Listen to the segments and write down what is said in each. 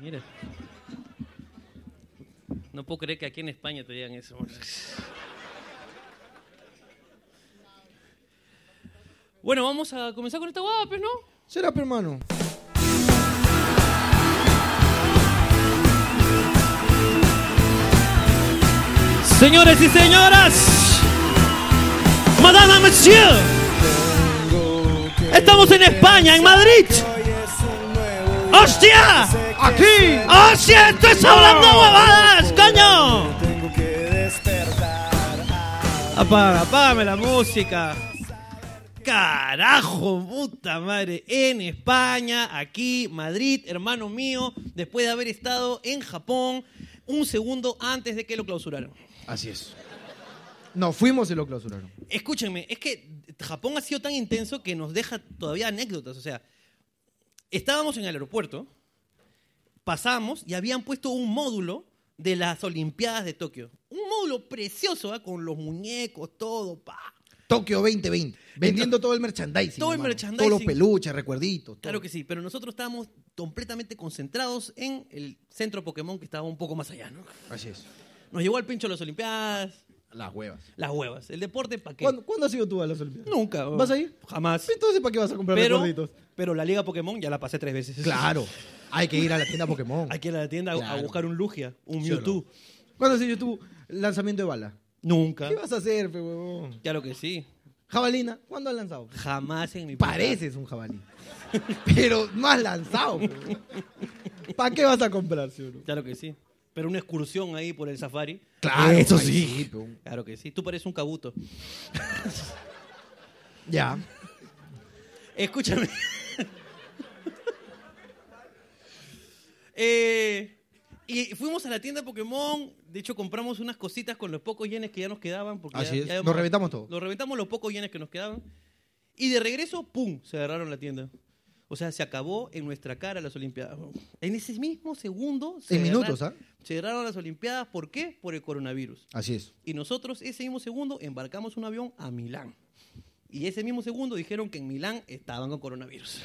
Mira. No puedo creer que aquí en España te digan eso. Bueno, vamos a comenzar con esta guapa, pues, ¿no? Será, pe, hermano. Señores y señoras, Madame Monsieur, estamos en España, en Madrid. ¡Hostia! Aquí. ¡Hostia! ¡Esto es hablando huevadas, coño! Apaga, apágame la música. Carajo, puta madre. En España, aquí, Madrid, hermano mío, después de haber estado en Japón un segundo antes de que lo clausuraran. Así es. No, fuimos y lo clausuraron. Escúchenme, es que Japón ha sido tan intenso que nos deja todavía anécdotas. O sea, estábamos en el aeropuerto, pasamos y habían puesto un módulo de las Olimpiadas de Tokio. Un módulo precioso, ¿ah? con los muñecos, todo, pa. Tokio 2020. Vendiendo todo el merchandising. Todo el hermano. merchandising. Todos los peluches, recuerditos. todo. Claro que sí, pero nosotros estábamos completamente concentrados en el centro Pokémon que estaba un poco más allá, ¿no? Así es. Nos llegó al pincho las Olimpiadas, Las huevas. las huevas, el deporte, ¿para qué? ¿Cuándo, cuándo has ido tú a las Olimpiadas? Nunca. ¿Vas a ir? Jamás. Entonces, ¿para qué vas a comprar Pero, recuerditos? pero la Liga Pokémon ya la pasé tres veces. Claro. Hay que ir a la tienda Pokémon. Hay que ir a la tienda a- a Claro. buscar un Lugia, un ¿Sí o no? Mewtwo. ¿Cuándo has hecho tú lanzamiento de bala? Nunca. ¿Qué vas a hacer, pe huevón? Claro que sí. Jabalina, ¿cuándo has lanzado? Jamás en mi puta- Pareces un jabalí. Pero no has lanzado. ¿Para qué vas a comprar, sí o no? Claro que sí. Pero una excursión ahí por el safari. eso sí. pe, huevón. Claro que sí. Tú pareces un cabuto. Ya. Escúchame. Eh, y fuimos a la tienda Pokémon. De hecho, compramos unas cositas con los pocos yenes que ya nos quedaban. Porque Así ya- es. ya Nos hemos- reventamos todo. Nos reventamos los pocos yenes que nos quedaban. Y de regreso, ¡pum! Se agarraron la tienda. O sea, se acabó en nuestra cara las Olimpiadas. En ese mismo segundo. se En agarra- minutos, ¿ah? Se agarraron las Olimpiadas. ¿Por qué? Por el coronavirus. Así es. Y nosotros ese mismo segundo embarcamos un avión a Milán. Y ese mismo segundo dijeron que en Milán estaban con coronavirus.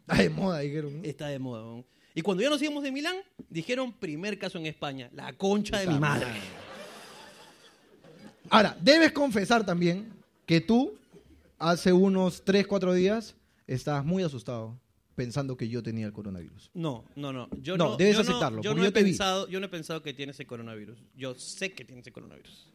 Está de moda, dijeron. ¿no? Está de moda. weón. Y cuando ya nos íbamos de Milán, dijeron primer caso en España, la concha de Puta mi madre. madre. Ahora, debes confesar también que tú, hace unos 3, 4 días, estabas muy asustado pensando que yo tenía el coronavirus. No, no, no. Yo no, No, debes yo aceptarlo, Yo porque no, he yo te vi. pensado, yo no he pensado que tienes el coronavirus. Yo sé que tienes el coronavirus.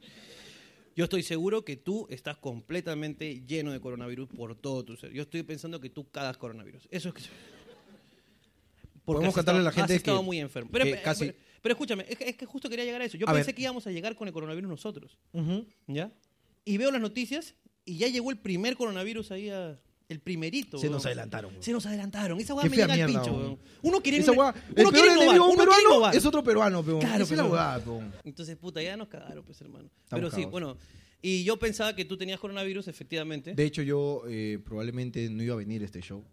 Yo estoy seguro que tú estás completamente lleno de coronavirus por todo tu ser. Yo estoy pensando que tú cagas coronavirus. Eso es que. Podemos has cantarle a la estado- gente has estado que- muy enfermo. Pero, que pero- casi- pero- pero escúchame, es que, es que justo quería llegar a eso. Yo A pensé ver. que íbamos a llegar con el coronavirus nosotros. ¿Ya? Y veo las noticias y ya llegó el primer coronavirus ahí a- El primerito. Se weón. nos adelantaron, weón. Se nos adelantaron. Esa weá Qué me fea llega al mierda, pincho, weón. weón. Uno quiere, Esa uno hueá, el quiere peor innovar. enemigo de un uno quiere peruano innovar. es otro peruano, peón. Claro, Esa es la pero- huevada, peón. Entonces, puta, ya nos cagaron, pues, hermano. Estamos Pero sí, cagados. bueno. Y yo pensaba que tú tenías coronavirus, efectivamente. De hecho, yo eh, probablemente no iba a venir a este show.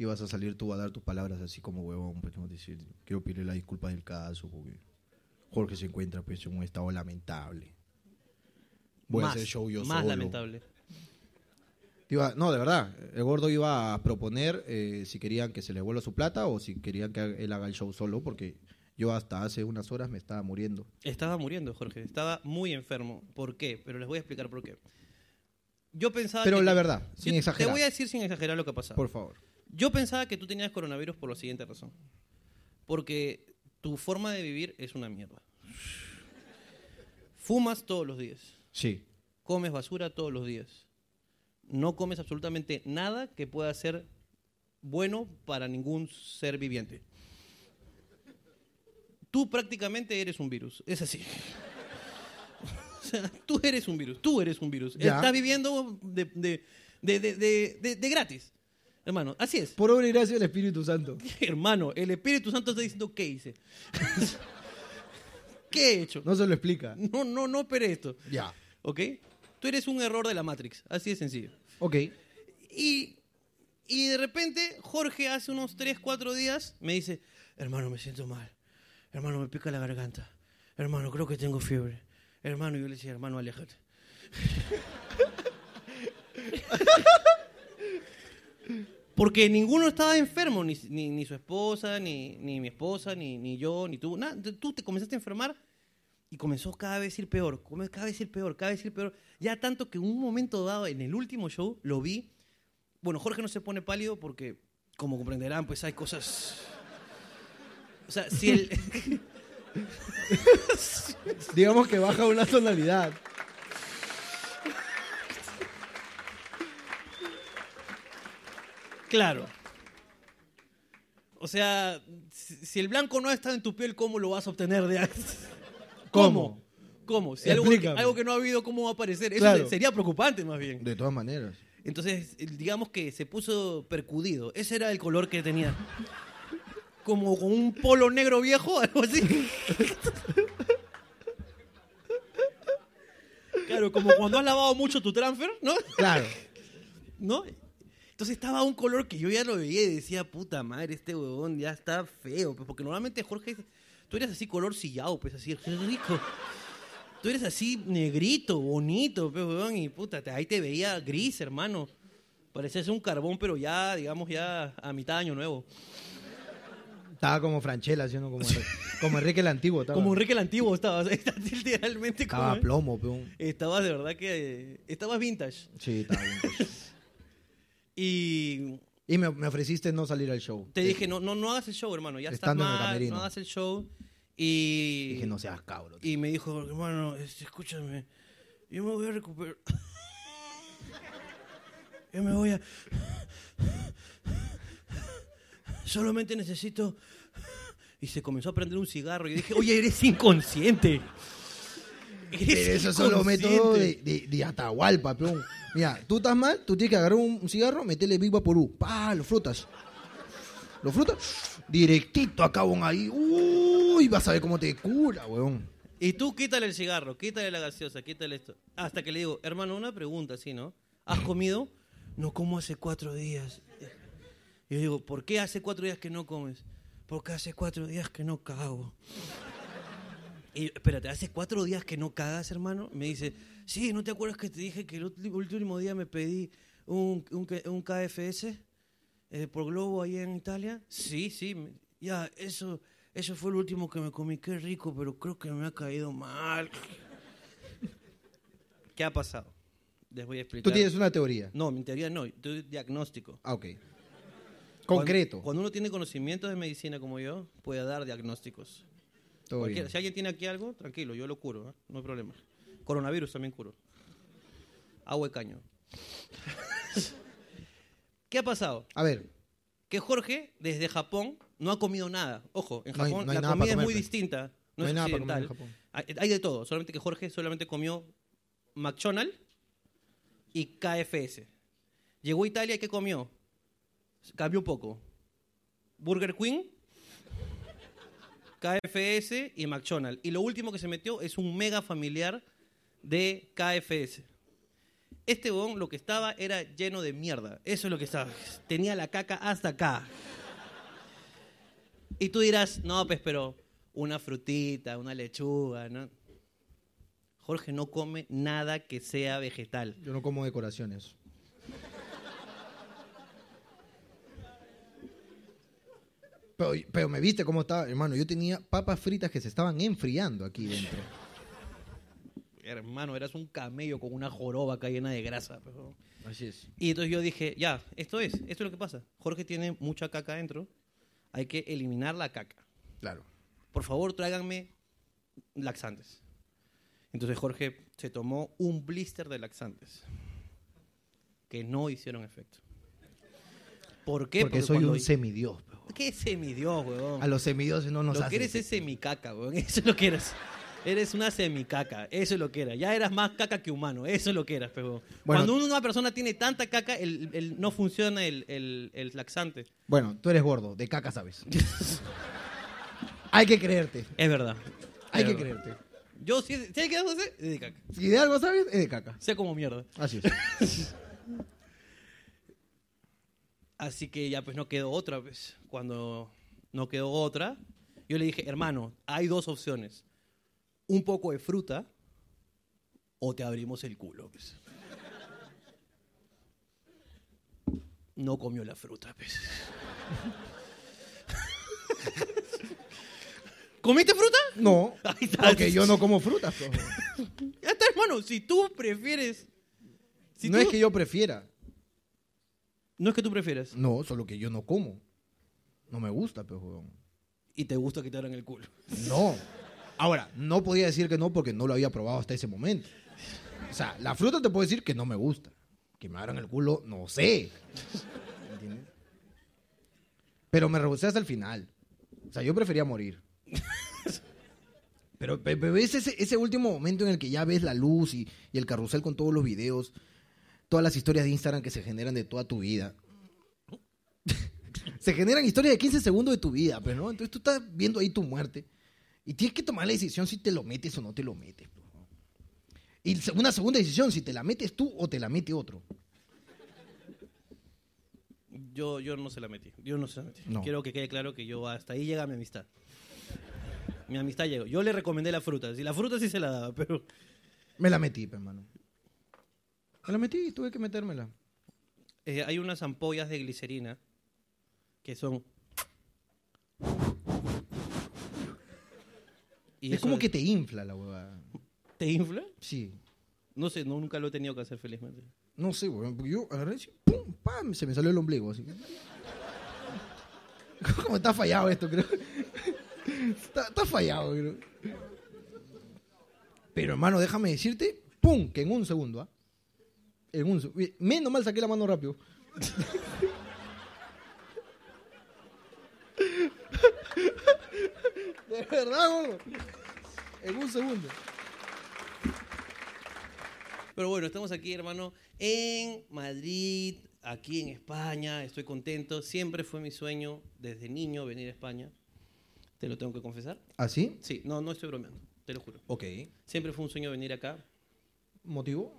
Ibas a salir tú a dar tus palabras así como huevón, pues, ¿no? decir, quiero pedirle las disculpas del caso, porque Jorge se encuentra pues, en un estado lamentable. Voy más, a hacer show yo Más solo. lamentable. Te iba- no, de verdad, el gordo iba a proponer eh, si querían que se le vuelva su plata o si querían que él haga el show solo, porque yo hasta hace unas horas me estaba muriendo. Estaba muriendo, Jorge. Estaba muy enfermo. ¿Por qué? Pero les voy a explicar por qué. Yo pensaba Pero que- la verdad, Yo sin exagerar. Te voy a decir sin exagerar lo que ha pasado. Por favor. Yo pensaba que tú tenías coronavirus por la siguiente razón. Porque tu forma de vivir es una mierda. Fumas todos los días. Sí. comes basura todos los días. No comes absolutamente nada que pueda ser bueno para ningún ser viviente. Tú prácticamente eres un virus, es así. O sea, tú eres un virus, tú eres un virus. Ya. Estás viviendo de, de- de- de- de- de- de gratis. Hermano, así es. Por obra y gracia del Espíritu Santo. Hermano, el Espíritu Santo está diciendo, ¿qué hice? ¿Qué he hecho? No se lo explica. No, no, no, pero esto. Ya. ¿Ok? Tú eres un error de la Matrix, así de sencillo. Ok. Y, y de repente, Jorge hace unos 3, 4 días me dice, hermano, me siento mal. Hermano, me pica la garganta. Hermano, creo que tengo fiebre. Hermano, y yo le decía, hermano, aléjate. Porque ninguno estaba enfermo, ni, ni, ni su esposa, ni, ni mi esposa, ni, ni yo, ni tú. Nada. Entonces, Tú te comenzaste a enfermar y comenzó cada vez a ir peor, come- cada vez a ir peor, cada vez a ir peor. Ya tanto que en un momento dado, en el último show, lo vi. Bueno, Jorge no se pone pálido porque, como comprenderán, pues hay cosas. O sea, si el. Digamos que baja una tonalidad. Claro. O sea, si, si el blanco no ha estado en tu piel, ¿cómo lo vas a obtener de ahí? ¿Cómo? ¿Cómo? Si algo, que, Explícame. algo que no ha habido, ¿cómo va a aparecer? Eso Claro. se- sería preocupante más bien. De todas maneras. Entonces, eh, digamos que se puso percudido. Ese era el color que tenía. Como con un polo negro viejo, algo así. Claro, como cuando has lavado mucho tu transfer, ¿no? Claro. ¿no? Entonces estaba un color que yo ya lo veía y decía, puta madre, este huevón ya está feo. Pues porque normalmente Jorge, tú eres así color sillao, pues así, rico. Tú eres así negrito, bonito, pues huevón, y puta, te- ahí te veía gris, hermano. Parecías un carbón, pero ya, digamos, ya a mitad de año nuevo. Estaba como Franchella, haciendo como, como Enrique el Antiguo. Estaba, Como Enrique ¿eh? el Antiguo estabas, estabas literalmente como... estaba plomo, peón. Estabas de verdad que... eh, Estabas vintage. Sí, estaba bien. pues. Y Y me, me ofreciste no salir al show. Te dije, no, no, no hagas el show, hermano. Ya estás Estando en el mal, camerino. no hagas el show. Y, Dije, no seas cabrón. y me dijo, hermano, este, escúchame, yo me voy a recuperar. Yo me voy a... Solamente necesito... Y se comenzó a prender un cigarro. Y yo dije, oye, eres inconsciente. Pero eso son los métodos de, de, de Atahualpa, peón. Mira, tú estás mal, tú tienes que agarrar un un cigarro, meterle Big Vaporú. ¡Pah! Lo frotas. Lo frotas. Directito acaban ahí. ¡Uy! Vas a ver cómo te cura, weón. Y tú quítale el cigarro, quítale la gaseosa, quítale esto. Hasta que le digo, hermano, una pregunta, ¿sí, no? ¿Has comido? No como hace cuatro días. Y yo digo, ¿por qué hace cuatro días que no comes? Porque hace cuatro días que no cago. Y yo, espérate, ¿hace cuatro días que no cagas, hermano? Me dice, sí, ¿no te acuerdas que te dije que el ulti- último día me pedí un, un, K- un KFS? eh, por Globo ahí en Italia. Sí, sí. me- Ya, eso, eso fue lo último que me comí. Qué rico, pero creo que me ha caído mal. ¿Qué ha pasado? Les voy a explicar. Tú tienes una teoría. No, mi teoría no. Yo doy diagnóstico. Ah, ok. Concreto. Cuando, cuando uno tiene conocimientos de medicina como yo, puede dar diagnósticos. Todo Cualquiera- bien. Si alguien tiene aquí algo, tranquilo, yo lo curo, ¿eh? no hay problema. Coronavirus también curo. Agua de caño. ¿Qué ha pasado? A ver, que Jorge desde Japón no ha comido nada. Ojo, en No hay- Japón no hay la nada comida es para muy comer, pues. distinta. No, No hay es nada para comer occidental. en Japón. Hay, hay de todo, solamente que Jorge solamente comió McDonald's y KFS. Llegó a Italia y ¿qué comió? Cambió un poco. Burger Queen, KFS y McDonald's. Y lo último que se metió es un mega familiar de KFS. Este huevón lo que estaba era lleno de mierda. Eso es lo que estaba. Tenía la caca hasta acá. Y tú dirás, no, pues, pero una frutita, una lechuga, ¿no? Jorge no come nada que sea vegetal. yo no como decoraciones. Pero, pero me viste cómo estaba, hermano. Yo tenía papas fritas que se estaban enfriando aquí dentro. Hermano, eras un camello con una joroba acá llena de grasa. pero- Así es. Y entonces yo dije, ya, esto es, esto es lo que pasa. Jorge tiene mucha caca adentro, hay que eliminar la caca. Claro. por favor tráiganme laxantes. Entonces Jorge se tomó un blister de laxantes que no hicieron efecto. ¿Por qué? Porque soy cuando- un semidios. pe, huevón. ¿Qué semidios, huevón? A los semidioses no nos Lo que hacen. eres es semicaca, weón. Eso es lo que eres. Eres una semicaca. Eso es lo que eras. Ya eras más caca que humano. Eso es lo que eras, pero Bueno. Cuando una persona tiene tanta caca, el, el- no funciona el, el- el laxante. Bueno, tú eres gordo, de caca sabes. Hay que creerte. Es verdad. Hay Es que verdad. creerte. Yo sí, sí hay que algo sé, es de caca. Si de algo sabes, es de caca. Sé como mierda. Así es. Así que ya pues no quedó otra, pues. Cuando no quedó otra, yo le dije, hermano, hay dos opciones. Un poco de fruta o te abrimos el culo. pues". No comió la fruta, pues. ¿Comiste fruta? No, Ahí está. porque yo no como frutas. pues. Ya está, hermano. Si tú prefieres. si no tú- es que yo prefiera. No es que tú prefieras. No, solo que yo no como. No me gusta, pero huevón. Y te gusta que te abran el culo. No. Ahora, no podía decir que no porque no lo había probado hasta ese momento. O sea, la fruta te puedo decir que no me gusta. Que me abran el culo, no sé. ¿Entiendes? Pero me rehusé hasta el final. O sea, yo prefería morir. Pero pe- pe- ves ese, ese último momento en el que ya ves la luz y, y el carrusel con todos los videos, todas las historias de Instagram que se generan de toda tu vida. se generan historias de 15 segundos de tu vida, pero no, entonces tú estás viendo ahí tu muerte y tienes que tomar la decisión si te lo metes o no te lo metes. pues, ¿no? Y se- una segunda decisión, si te la metes tú o te la mete otro. Yo, yo no se la metí. Yo no se la metí. No. Quiero que quede claro que yo hasta ahí llega mi amistad. Mi amistad llegó. Yo le recomendé la fruta. Si la fruta sí se la daba, pero. Me la metí, pe, hermano. Me la metí, tuve que metérmela. eh, hay unas ampollas de glicerina que son. Y es eso como que te infla la huevada. ¿Te infla? Sí. No sé, no, nunca lo he tenido que hacer, felizmente. No sé, weón. porque Yo agarré así, pum, pam, se me salió el ombligo. Así. ¿Cómo está fallado esto, creo? Está, está fallado, creo. Pero hermano, déjame decirte, pum, que en un segundo, ¿ah? En un segundo. Menos mal saqué la mano rápido. De verdad, gordo. En un segundo. Pero bueno, estamos aquí, hermano, en Madrid, aquí en España, estoy contento. Siempre fue mi sueño desde niño venir a España. Te lo tengo que confesar. ¿Así? Sí, no, no estoy bromeando, te lo juro. Ok. Siempre fue un sueño venir acá. ¿Motivo?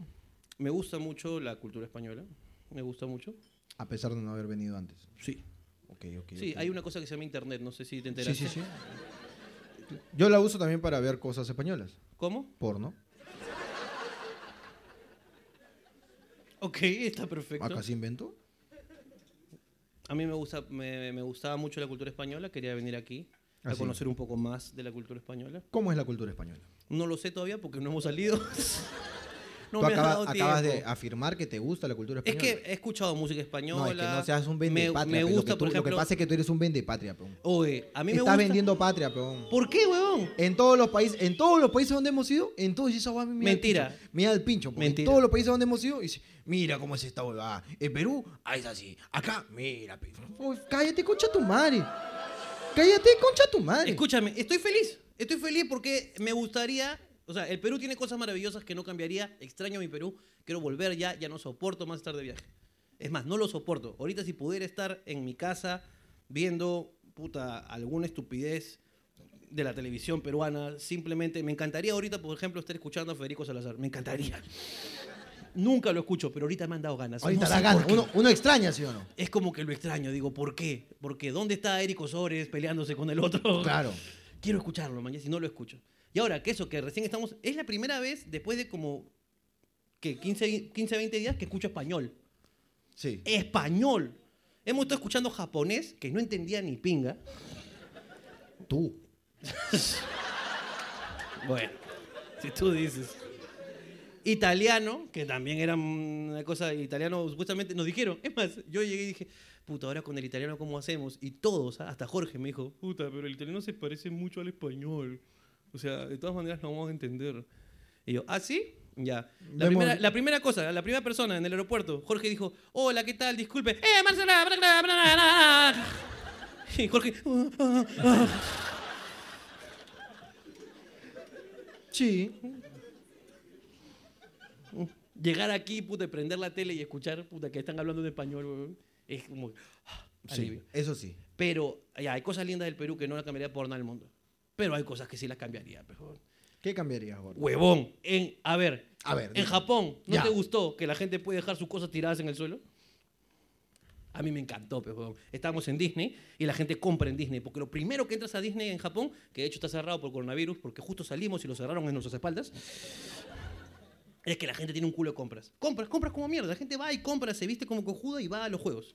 Me gusta mucho la cultura española, me gusta mucho. A pesar de no haber venido antes. Sí. Ok, ok. Sí, ok. hay una cosa que se llama internet, no sé si te Sí, enteraste. sí, sí. Yo la uso también para ver cosas españolas. ¿Cómo? Porno. Ok, está perfecto. Acá se inventó. A mí me, gusta, me, me gustaba mucho la cultura española, quería venir aquí a Ah, sí. conocer un poco más de la cultura española. ¿Cómo es la cultura española? No lo sé todavía porque no hemos salido. no Tú me has acaba- dado acabas de tiempo. afirmar que te gusta la cultura Es española. que he escuchado música española. no, es que no seas un me, vendepatria. me pe, gusta, lo, que tú- por ejemplo. lo que pasa es que tú eres un vendepatria, peón. Oye, a mí me Estás gusta. vendiendo patria, peón. ¿Por qué, huevón? En todos los países, en todos los países donde hemos ido, en todos esa huevada, mira el Mentira. pincho, Mira el pincho. porque En Mentira. todos los países donde hemos ido, dice, mira cómo es esta huevada. En Perú, ah, es así. Acá, mira, pe- Uy, Cállate, concha tu madre. Cállate, concha tu madre. Escúchame, estoy feliz. Estoy feliz porque me gustaría. O sea, el Perú tiene cosas maravillosas que no cambiaría. Extraño mi Perú. Quiero volver ya. Ya no soporto más estar de viaje. Es más, no lo soporto. Ahorita, si pudiera estar en mi casa viendo, puta, alguna estupidez de la televisión peruana, simplemente me encantaría ahorita, por ejemplo, estar escuchando a Federico Salazar. Me encantaría. Nunca lo escucho, pero ahorita me han dado ganas. Ahorita No da sé gana. por qué. Uno, uno extraña, ¿sí o no? Es como que lo extraño, digo, ¿por qué? Porque ¿dónde está Eric Osores peleándose con el otro? Claro. Quiero escucharlo, mañana, si no lo escucho. Y ahora, que eso, que recién estamos, es la primera vez después de como que 15, 15, 20 días que escucho español. Sí. ¡Español! Hemos estado escuchando japonés, que no entendía ni pinga. Tú. Bueno, si tú dices. Italiano, que también era una cosa, italiano supuestamente nos dijeron, es más, yo llegué y dije, puta, ahora con el italiano, ¿cómo hacemos? Y todos, ¿ah? hasta Jorge me dijo, puta, pero el italiano se parece mucho al español. O sea, de todas maneras no vamos a entender. Y yo, ¿ah, sí? Ya. La, Vemos- primera, la primera cosa, la primera persona en el aeropuerto, Jorge dijo, hola, ¿qué tal? Disculpe. ¡Eh, Marcela! bla, bla, bla, bla, bla". Y Jorge, "Ah, ah, ah". Sí. Llegar aquí, puta, y prender la tele y escuchar, puta, que están hablando en español, weón, es como... ah, alivio. Eso sí. Pero ya, hay cosas lindas del Perú que no las cambiaría por nada del mundo. Pero hay cosas que sí las cambiaría, pues, weón. ¿Qué cambiarías, gordo? Huevón. En, a ver, A ver, en dime. Japón, ¿no Ya. te gustó que la gente puede dejar sus cosas tiradas en el suelo? A mí me encantó, pues, weón. Estábamos en Disney y la gente compra en Disney. Porque lo primero que entras a Disney en Japón, que de hecho está cerrado por coronavirus, porque justo salimos y lo cerraron en nuestras espaldas, Es que la gente tiene un culo de compras. Compras, compras como mierda. La gente va y compra, se viste como cojuda y va a los juegos.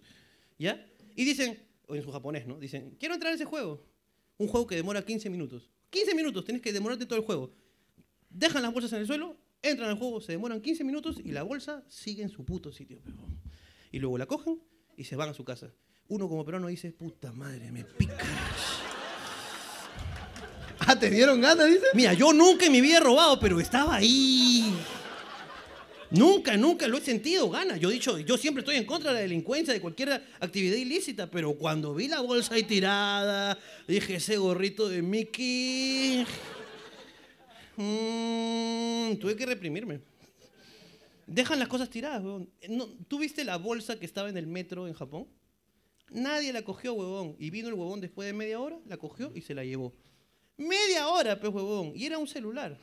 ¿Ya? Y dicen, o en su japonés, ¿no? Dicen, quiero entrar a ese juego. Un juego que demora 15 minutos. 15 minutos, tenés que demorarte todo el juego. Dejan las bolsas en el suelo, entran al juego, se demoran 15 minutos y la bolsa sigue en su puto sitio. pe, huevón. Y luego la cogen y se van a su casa. Uno como peruano dice, puta madre, me pica. Ah, ¿te dieron ganas, dice? Mira, yo nunca en mi vida he robado, pero estaba ahí. Nunca, nunca lo he sentido, gana. Yo he dicho, yo siempre estoy en contra de la delincuencia, de cualquier actividad ilícita, pero cuando vi la bolsa ahí tirada, dije, ese gorrito de Mickey... mm, tuve que reprimirme. Dejan las cosas tiradas, huevón. No, ¿Tú viste la bolsa que estaba en el metro en Japón? Nadie la cogió, huevón. Y vino el huevón después de media hora, la cogió y se la llevó. Media hora, pues, huevón. Y era un celular.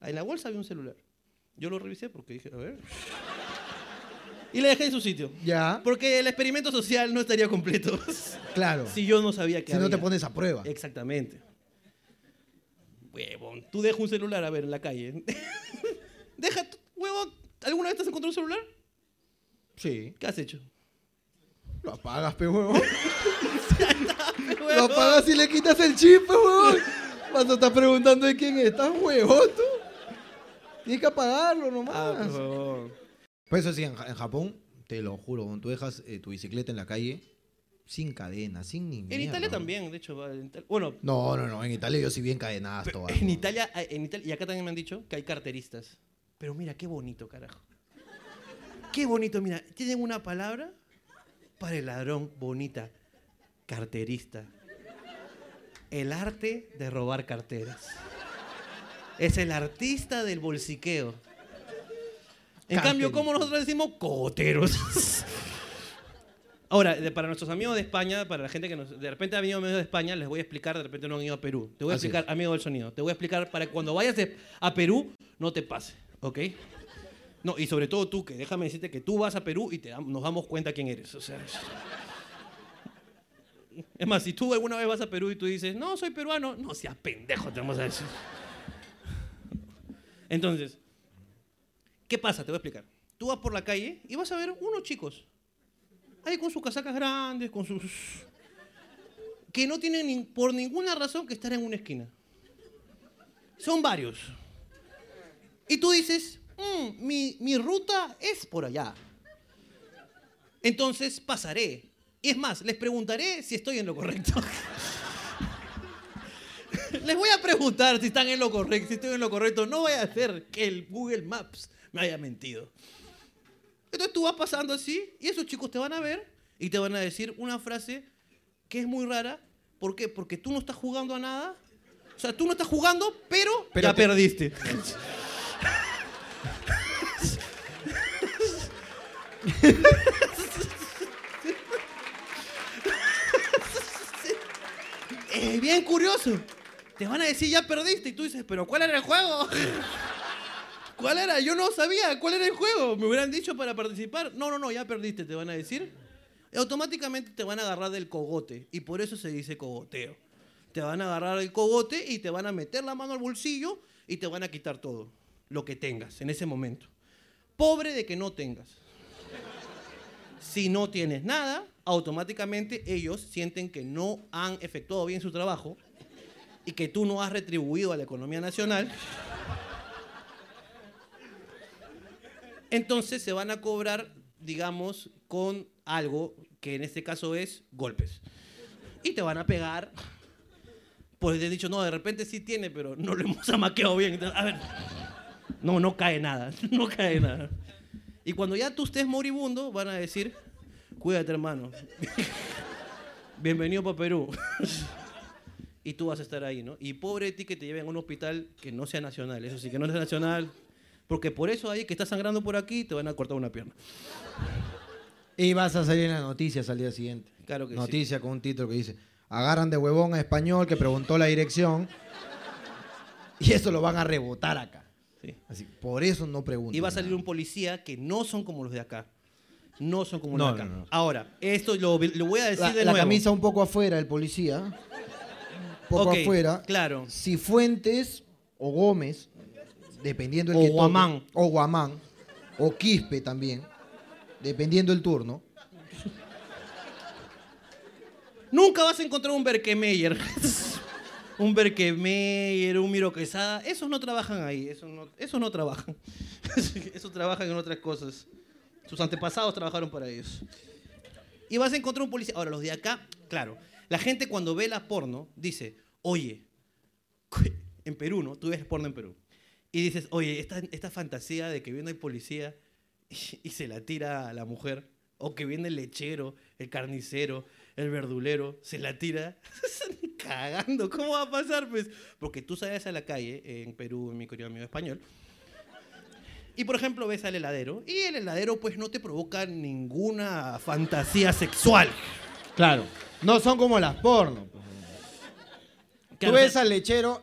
En la bolsa había un celular. Yo lo revisé porque dije, a ver. Y la dejé en su sitio. Ya, Porque el experimento social no estaría completo claro. si yo no sabía que si no te había. Eh, pones a prueba. Exactamente. Huevón, tú dejas un celular, a ver, en la calle. Deja, tu- huevón, ¿alguna vez te has encontrado un celular? Sí. ¿Qué has hecho? Lo apagas, pe, huevón. Lo Huevón. apagas y le quitas el chip, pe, huevón. Vas a estar preguntando de quién estás, huevón, tú. Tienes que apagarlo nomás. Ah, pues, huevón. Por Pues eso sí, en, Ja- en Japón, te lo juro, cuando tú dejas eh, tu bicicleta en la calle, sin cadena, sin ni En mierda. Italia también, de hecho. va, en Italia- Bueno, No, no, no, en Italia yo sí vi encadenadas todas. En ¿no? Italia, ah, en Italia, y acá también me han dicho que hay carteristas. Pero mira, qué bonito, carajo. Qué bonito, mira, tienen una palabra para el ladrón bonita, carterista. El arte de robar carteras. Es el artista del bolsiqueo. En Carterista. cambio, como nosotros decimos, cogoteros. Ahora, de- para nuestros amigos de España, para la gente que nos- de repente ha venido amigos de España, les voy a explicar, de repente no han ido a Perú. Te voy a Así explicar, amigo del sonido, te voy a explicar para que cuando vayas de- a Perú no te pase, ¿ok? No, y sobre todo tú, que déjame decirte que tú vas a Perú y te dam- nos damos cuenta quién eres. O sea, es- es más, si tú alguna vez vas a Perú y tú dices, no, soy peruano, no seas pendejo, te vamos a decir. Entonces, ¿qué pasa? Te voy a explicar. Tú vas por la calle y vas a ver unos chicos ahí con sus casacas grandes, con sus... que no tienen ni- por ninguna razón que estar en una esquina. Son varios. Y tú dices, "Mm, mi, mi ruta es por allá. Entonces pasaré. Y es más, les preguntaré si estoy en lo correcto. les voy a preguntar si están en lo correcto, si estoy en lo correcto. No vaya a ser que el Google Maps me haya mentido. Entonces tú vas pasando así y esos chicos te van a ver y te van a decir una frase que es muy rara. ¿Por qué? Porque tú no estás jugando a nada. O sea, tú no estás jugando, pero, Pero ya te- perdiste. Es bien curioso. Te van a decir, ya perdiste. Y tú dices, pero ¿cuál era el juego? ¿Cuál era? Yo no sabía cuál era el juego. Me hubieran dicho para participar. No, no, no, ya perdiste, te van a decir. Y automáticamente te van a agarrar del cogote. Y por eso se dice cogoteo. Te van a agarrar el cogote y te van a meter la mano al bolsillo y te van a quitar todo. Lo que tengas en ese momento. Pobre de que no tengas. Si no tienes nada, automáticamente ellos sienten que no han efectuado bien su trabajo y que tú no has retribuido a la economía nacional. Entonces se van a cobrar, digamos, con algo que en este caso es golpes. Y te van a pegar. Pues te he dicho, no, de repente sí tiene, pero no lo hemos amaqueado bien. Entonces, A ver. No, no cae nada. No cae nada. Y cuando ya tú estés moribundo, van a decir, cuídate hermano. Bienvenido para Perú. y tú vas a estar ahí, ¿no? Y pobre de ti que te lleven a un hospital que no sea nacional, eso sí, que no sea nacional. Porque por eso ahí que está sangrando por aquí te van a cortar una pierna. Y vas a salir en las noticias al día siguiente. Claro que sí. Noticia con un título que dice, agarran de huevón a español que preguntó la dirección y eso lo van a rebotar acá. Sí. Así, por eso no pregunto. Y va a nada. salir un policía que no son como los de acá. No son como No, los de acá. no, no. Ahora, esto lo, lo voy a decir la, de la nuevo. camisa un poco afuera, el policía. Un poco Ok, afuera. Claro. Si Fuentes o Gómez dependiendo el O que toque. Guamán. O Guamán. O Quispe también. Dependiendo el turno. Nunca vas a encontrar un Berkemeyer. un Berkemeyer, un Miro Quesada. Esos no trabajan ahí. Esos no, esos no trabajan. esos trabajan en otras cosas. Sus antepasados trabajaron para ellos. Y vas a encontrar un policía. Ahora, los de acá, claro. La gente cuando ve la porno dice, oye, en Perú, ¿no? Tú ves porno en Perú. Y dices, oye, esta, esta fantasía de que viene el policía y, y se la tira a la mujer, o que viene el lechero, el carnicero, el verdulero, se la tira, están cagando. ¿Cómo va a pasar? Pues? Porque tú sales a la calle, en Perú, en mi querido amigo español, y por ejemplo ves al heladero, y el heladero pues no te provoca ninguna fantasía sexual. Claro. No son como las porno. pues. Tú Claro, ves o sea, al lechero,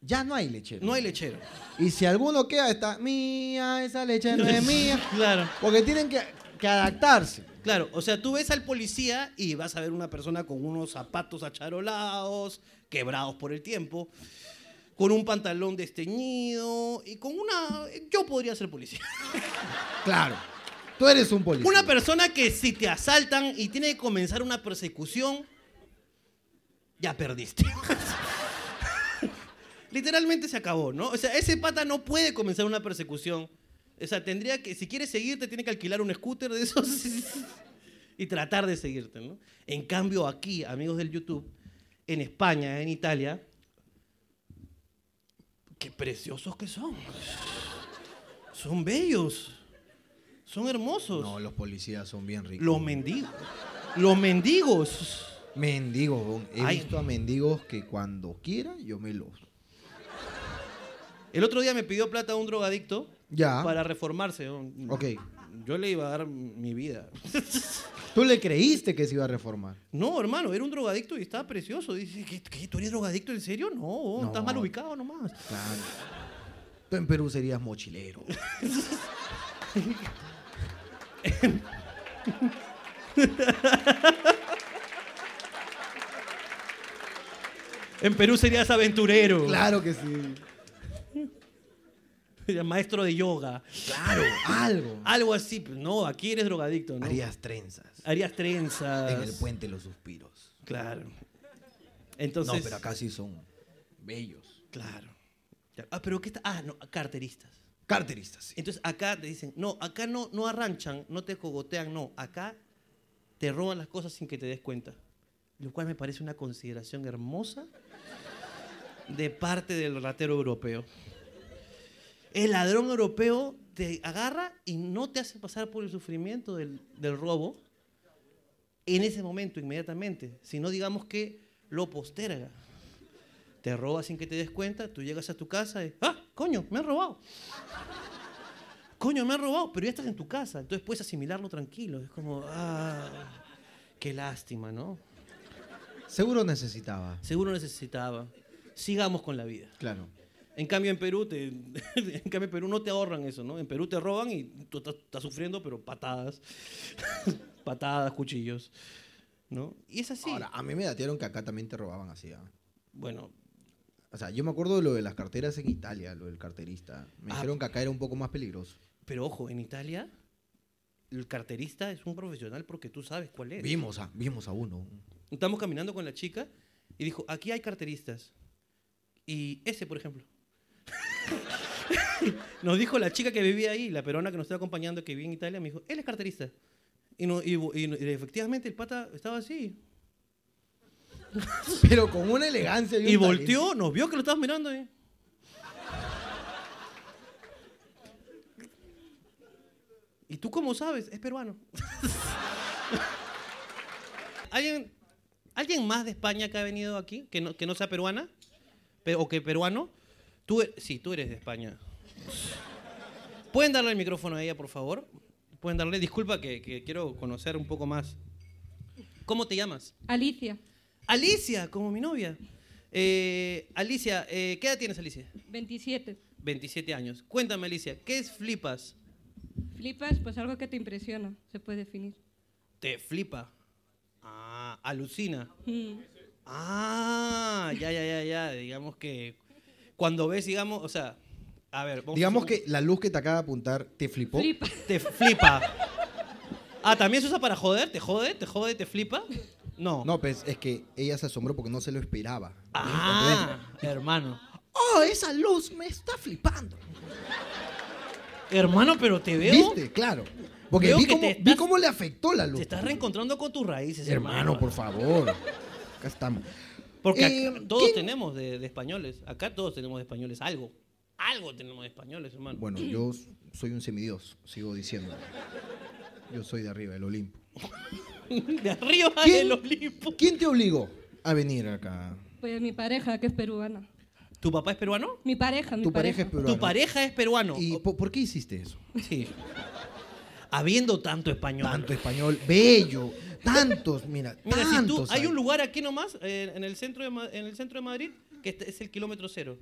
ya no hay lechero. No hay lechero. Y si alguno queda, está, mía, esa leche no es mía. Claro. Porque tienen que, que adaptarse. Claro, o sea, tú ves al policía y vas a ver una persona con unos zapatos acharolados, quebrados por el tiempo, con un pantalón desteñido y con una... Yo podría ser policía. Claro. Tú eres un policía. Una persona que si te asaltan y tiene que comenzar una persecución, ya perdiste. Literalmente se acabó, ¿no? O sea, ese pata no puede comenzar una persecución. O sea, tendría que, si quiere seguirte, tiene que alquilar un scooter de esos y tratar de seguirte, ¿no? En cambio, aquí, amigos del YouTube, en España, en Italia, qué preciosos que son. Son bellos. Son hermosos. No, los policías son bien ricos. Los mendigos. Los mendigos. Mendigos, weón. He Ay. visto a mendigos que cuando quiera yo me los. El otro día me pidió plata a un drogadicto Ya. para reformarse. ¿no? Ok. Yo le iba a dar mi vida. Tú le creíste que se iba a reformar. No, hermano, era un drogadicto y estaba precioso. Dice, ¿qué, qué, tú eres drogadicto en serio? No, No. estás mal ubicado nomás. Claro. Tú en Perú serías mochilero. En Perú serías aventurero. Claro que sí. Maestro de yoga. Claro, algo. Algo así. pero No, aquí eres drogadicto, ¿no? Harías trenzas. Harías trenzas. En el puente los suspiros. Claro. Entonces. no, pero acá sí son bellos. Claro. Ya. Ah, pero ¿qué está? Ah, no, carteristas. Carteristas, sí. Entonces acá te dicen, no, acá no, no arranchan, no te cogotean, no, acá te roban las cosas sin que te des cuenta. Lo cual me parece una consideración hermosa de parte del ratero europeo. El ladrón europeo te agarra y no te hace pasar por el sufrimiento del, del robo en ese momento, inmediatamente, sino digamos que lo posterga. Te roba sin que te des cuenta, tú llegas a tu casa y, ah, coño, me han robado coño, me han robado, pero ya estás en tu casa, entonces puedes asimilarlo tranquilo. Es como, ah, qué lástima, ¿no? Seguro necesitaba. Seguro necesitaba. Sigamos con la vida. Claro. En cambio, en Perú, te, en cambio, en Perú no te ahorran eso, ¿no? En Perú te roban y tú estás, estás sufriendo, pero patadas, patadas, cuchillos, ¿no? Y es así. Ahora, a mí me datearon que acá también te robaban así. ¿ah? bueno, O sea, yo me acuerdo de lo de las carteras en Italia, lo del carterista. Me Ah. dijeron que acá era un poco más peligroso. pero ojo, en Italia el carterista es un profesional porque tú sabes cuál es. Vimos a, vimos a uno. Estamos caminando con la chica y dijo, aquí hay carteristas. Y ese, por ejemplo. nos dijo la chica que vivía ahí, la peruana que nos estaba acompañando, que vivía en Italia, me dijo, él es carterista. Y, no, y, y- y efectivamente el pata estaba así. Pero con una elegancia. un Y volteó, nos vio que lo estabas mirando. eh. ¿Y tú cómo sabes? Es peruano. ¿Alguien, ¿Alguien más de España que ha venido aquí, que no, que no sea peruana? Pe- ¿O que peruano? Tú, e- sí, tú eres de España. ¿Pueden darle el micrófono a ella, por favor? Pueden darle, disculpa que- que quiero conocer un poco más. ¿Cómo te llamas? Alicia, Alicia, como mi novia. Eh, Alicia, eh, ¿qué edad tienes, Alicia? 27. 27 años. Cuéntame, Alicia, ¿qué es flipas? Flipas, pues algo que te impresiona, se puede definir. Te flipa. Ah, alucina. Mm, Ah, ya, ya, ya, ya. Digamos que cuando ves, digamos, o sea, a- a ver, vamos Digamos a- que la luz que te acaba de apuntar te flipó. Flipa. Te flipa. Ah, ¿también se usa para joder? ¿Te jode? ¿Te jode? ¿Te flipa? No. No, pues es que ella se asombró porque no se lo esperaba. Ah, hermano. ¡Oh, esa luz me está flipando! Hermano, pero te veo. ¿Viste? Claro. Porque Veo vi que cómo, te vi estás- cómo le afectó la luz. Te estás reencontrando con tus raíces, hermano. Hermano, por favor. Acá estamos. Porque acá Eh, todos ¿quién- tenemos de, de españoles. Acá todos tenemos de españoles algo. Algo tenemos de españoles, hermano. Bueno, yo soy un semidios, sigo diciendo. Yo soy de arriba, del Olimpo. De arriba ¿Quién- del Olimpo. ¿Quién te obligó a venir acá? Pues mi pareja, que es peruana. ¿Tu papá es peruano? Mi pareja, mi Tu pareja pareja. es peruana. ¿Tu pareja es peruano? Oh, ¿Y po- por qué hiciste eso? Sí. Habiendo tanto español. Tanto español, bello, tantos, mira, Mira, si tú, tantos. hay un lugar aquí nomás, eh, en el centro de, Ma- en el centro de Madrid, que este- es el kilómetro cero.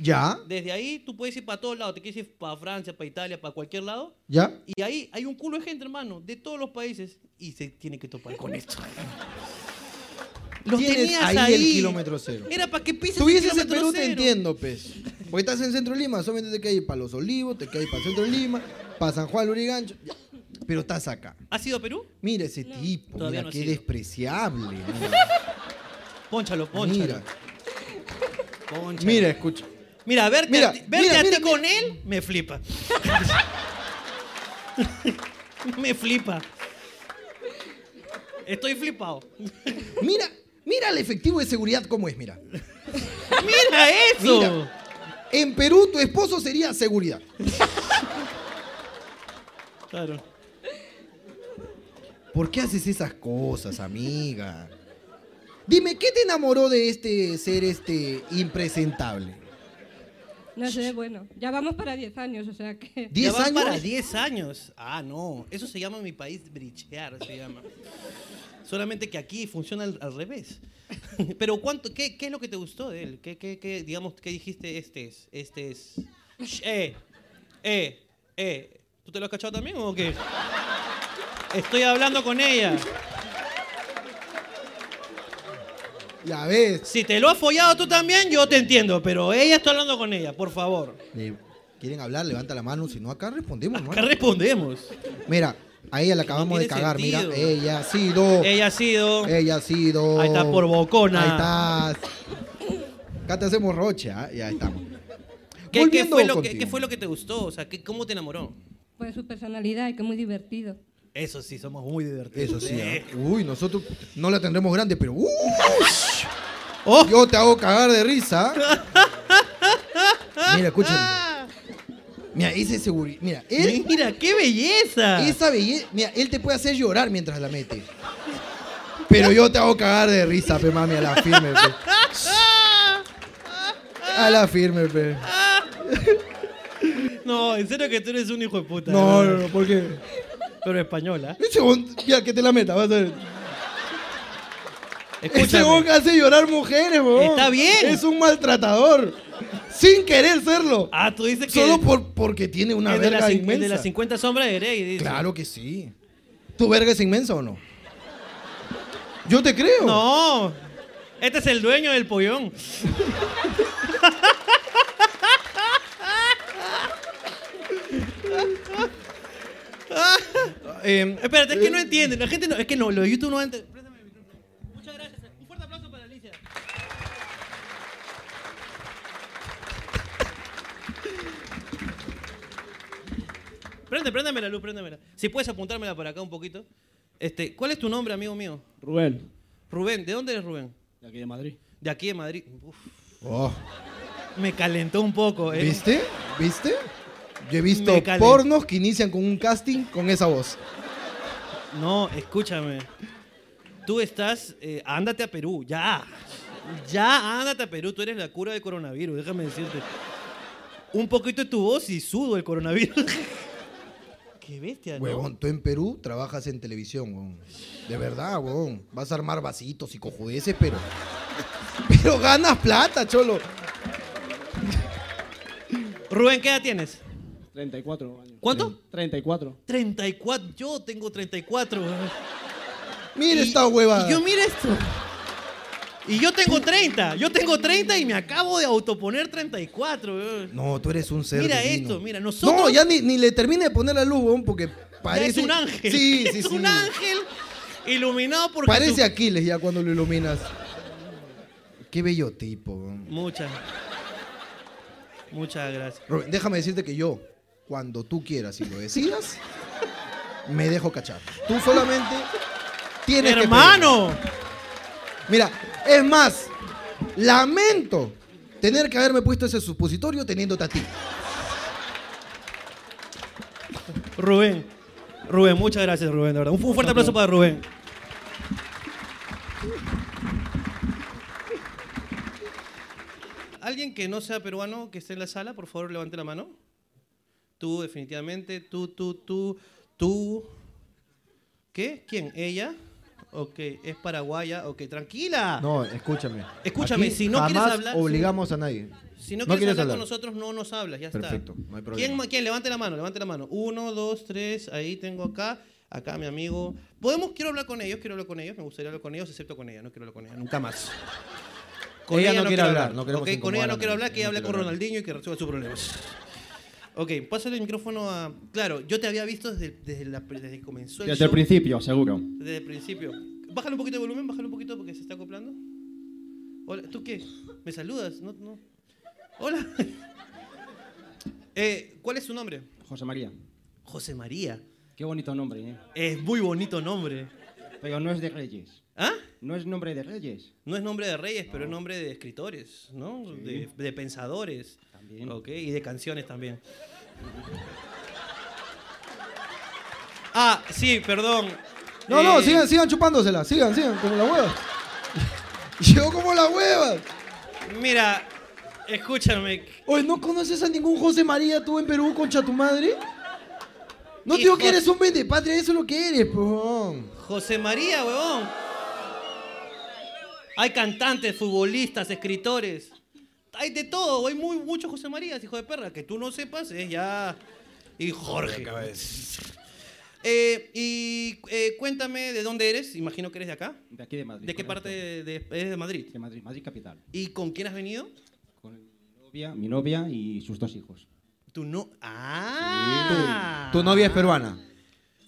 ¿Ya? Desde ahí tú puedes ir para todos lados, te quieres ir para Francia, para Italia, para cualquier lado. ¿Ya? Y ahí hay un culo de gente, hermano, de todos los países. Y se tiene que topar con esto. Los Tienes tenías ahí ahí. el kilómetro cero. Era para que pises Si Estuvieses en kilómetro Perú, te cero. entiendo, pues. Porque estás en Centro Lima, solamente te caes para Los Olivos, te caes para Centro Lima, para San Juan Lurigancho, ya. pero estás acá. ¿Has ido a Perú? Mira ese tipo, Todavía mira no he qué sido. despreciable. mira. Pónchalo, pónchalo. Mira, pónchalo. mira, escucha. Mira, verte, Mira, a ti, verte mira, a ti mira, con él me flipa. me flipa. Estoy flipado. Mira, mira el efectivo de seguridad cómo es, mira. Mira eso. Mira, en Perú tu esposo sería seguridad. Claro. ¿Por qué haces esas cosas, amiga? Dime, ¿qué te enamoró de este ser este impresentable? No sé, bueno, ya vamos para 10 años, o sea que... Ya ¿Diez van años? para 10 años. Ah, no. Eso se llama en mi país brichear, se llama. Solamente que aquí funciona al, al revés. Pero ¿cuánto, qué, qué es lo que te gustó de él? ¿Qué, qué, qué, digamos, qué dijiste? Este es, este es... Sh, Eh, eh, eh. ¿Tú te lo has cachado también o qué? Estoy hablando con ella. Ya ves. Si te lo has follado tú también, yo te entiendo. Pero ella está hablando con ella, por favor. Le- ¿Quieren hablar? Levanta la mano. Si no, acá respondemos, ¿no? Acá respondemos. Mira, a ella la acabamos de tiene cagar. Mira, sentido. ella ha sido. Ella ha sido... Ella ha sido. Ahí está por bocona. Ahí estás. Acá te hacemos rocha. ¿eh? Ya estamos. ¿Qué, qué Volviendo fue lo que, contigo. qué fue lo que te gustó? O sea, ¿qué- ¿cómo te enamoró? Pues su personalidad y que es muy divertido. Eso sí, somos muy divertidos. Eso sí. ¿ah? Eh, Uy, nosotros no la tendremos grande, pero. uh, ¡uy! ¡Oh! Yo te hago cagar de risa. Mira, escúchame. Mira, ese seguridad. Mira, él. ¿Eh? Mira, qué belleza. Esa belleza. Mira, él te puede hacer llorar mientras la mete. Pero yo te hago cagar de risa, pe mami, a la firme, pe. A la firme, pe. No, en serio que tú eres un hijo de puta. No, ¿verdad? no, no, ¿por qué? Pero española. Ese bon- mira, que te la meta, vas a ver. Ese bon Escúchame. hace llorar mujeres, weón. Está bien. Es un maltratador. Sin querer serlo. Ah, tú dices que. Solo por, porque tiene una que de verga las cin- inmensa. de las 50 sombras de Grey. dice. Claro que sí. ¿Tu verga es inmensa o no? Yo te creo. No. Este es el dueño del pollón. Eh, Espérate, es que no entienden. La gente no. Es que no, lo de YouTube no entiende. Préstame el micrófono. Muchas gracias. Un fuerte aplauso para Alicia. Prende, préndeme la luz, préndemela. Si puedes apuntármela para acá un poquito. Este, ¿Cuál es tu nombre, amigo mío? Rubén, Rubén, ¿de dónde eres Rubén? de aquí de Madrid. De aquí de Madrid. Uf, oh, me calentó un poco. ¿eh? ¿Viste? ¿Viste? Yo he visto Me calé. pornos que inician con un casting con esa voz. No, escúchame. Tú estás. eh, ándate a Perú, ya. Ya, ándate a Perú. Tú eres la cura del coronavirus, déjame decirte. Un poquito de tu voz y sudo el coronavirus. Qué bestia, ¿no? Huevón, tú en Perú trabajas en televisión, huevón. De verdad, huevón. Vas a armar vasitos y cojudeces, pero. Pero ganas plata, cholo. Rubén, ¿qué edad tienes? 34 años. ¿Cuánto? 34. 34. Yo tengo 34. weón. Mira Y- esta huevada. y yo mira esto. Y yo tengo 30, yo tengo 30 y me acabo de autoponer 34. weón. No, tú eres un ser Mira divino. esto, mira, nosotros- No, ya ni, ni le termine de poner la luz, weón, porque parece... Ya es un ángel. Sí, sí, es sí. un ángel iluminado por Parece Jesús. Aquiles ya cuando lo iluminas. Qué bello tipo, weón. Muchas. Muchas gracias. Rubén, déjame decirte que yo, cuando tú quieras y lo decidas, me dejo cachar. Tú solamente tienes que ¡Hermano! pedir. Mira, es más, lamento tener que haberme puesto ese supositorio teniéndote a ti. Rubén. Rubén, muchas gracias, Rubén, de verdad. Un fu- un fuerte aplauso para Rubén. Alguien que no sea peruano, que esté en la sala, por favor, levante la mano. Tú, definitivamente. Tú, tú, tú, tú. ¿Qué? ¿Quién? ¿Ella? Ok, es paraguaya. Ok, tranquila. No, escúchame. Escúchame, si no quieres jamás hablar- obligamos a nadie. Si no No quieres, quieres hablar, hablar. con nosotros, no nos hablas, ya Perfecto, está. no hay problema. ¿Quién, ma- quién? Levante la mano, levante la mano. Uno, dos, tres, ahí tengo acá, acá mi amigo. Podemos, quiero hablar con ellos, quiero hablar con ellos, me gustaría hablar con ellos, excepto con ella, no quiero hablar con ella, nunca más. Ella no quiere hablar, no queremos Ok, con ella incomodar no a quiero nadie, hablar, que ella no hable quiere con hablar. Ronaldinho y que resuelva sus problemas. Ok, pásale el micrófono a... Claro, yo te había visto desde, desde, la- desde que comenzó el Desde el show, principio, seguro. Desde el principio. Bájale un poquito de volumen, bájale un poquito porque se está acoplando. Hola, ¿tú qué? ¿Me saludas? No, no. Hola. Eh, ¿Cuál es su nombre? José María. José María. Qué bonito nombre, ¿eh? Es muy bonito nombre. Pero no es de reyes. ¿Ah? No es nombre de reyes. No es nombre de reyes, pero es nombre de escritores, ¿no? De, de pensadores. También. Ok, y de canciones también. Ah, sí, perdón. No, no, Eh, sigan, sigan chupándosela, sigan, sigan, como la hueva. Llegó como la hueva. Mira, escúchame. Oye, ¿no conoces a ningún José María tú en Perú, concha tu madre? No te digo Hijo- que eres un patria, eso es lo que eres, pujón. José María, huevón. Hay cantantes, futbolistas, escritores. Hay de todo, hay muy, muchos José Marías, hijo de perra. Que tú no sepas es ya. Y Jorge. Eh, y eh, cuéntame de dónde eres. Imagino que eres de acá. De aquí de Madrid. ¿De qué correcto. parte de, de- eres de Madrid? De Madrid, Madrid capital. ¿Y con quién has venido? Con mi novia, mi novia y sus dos hijos. Tu no. ¡Ah! es peruana.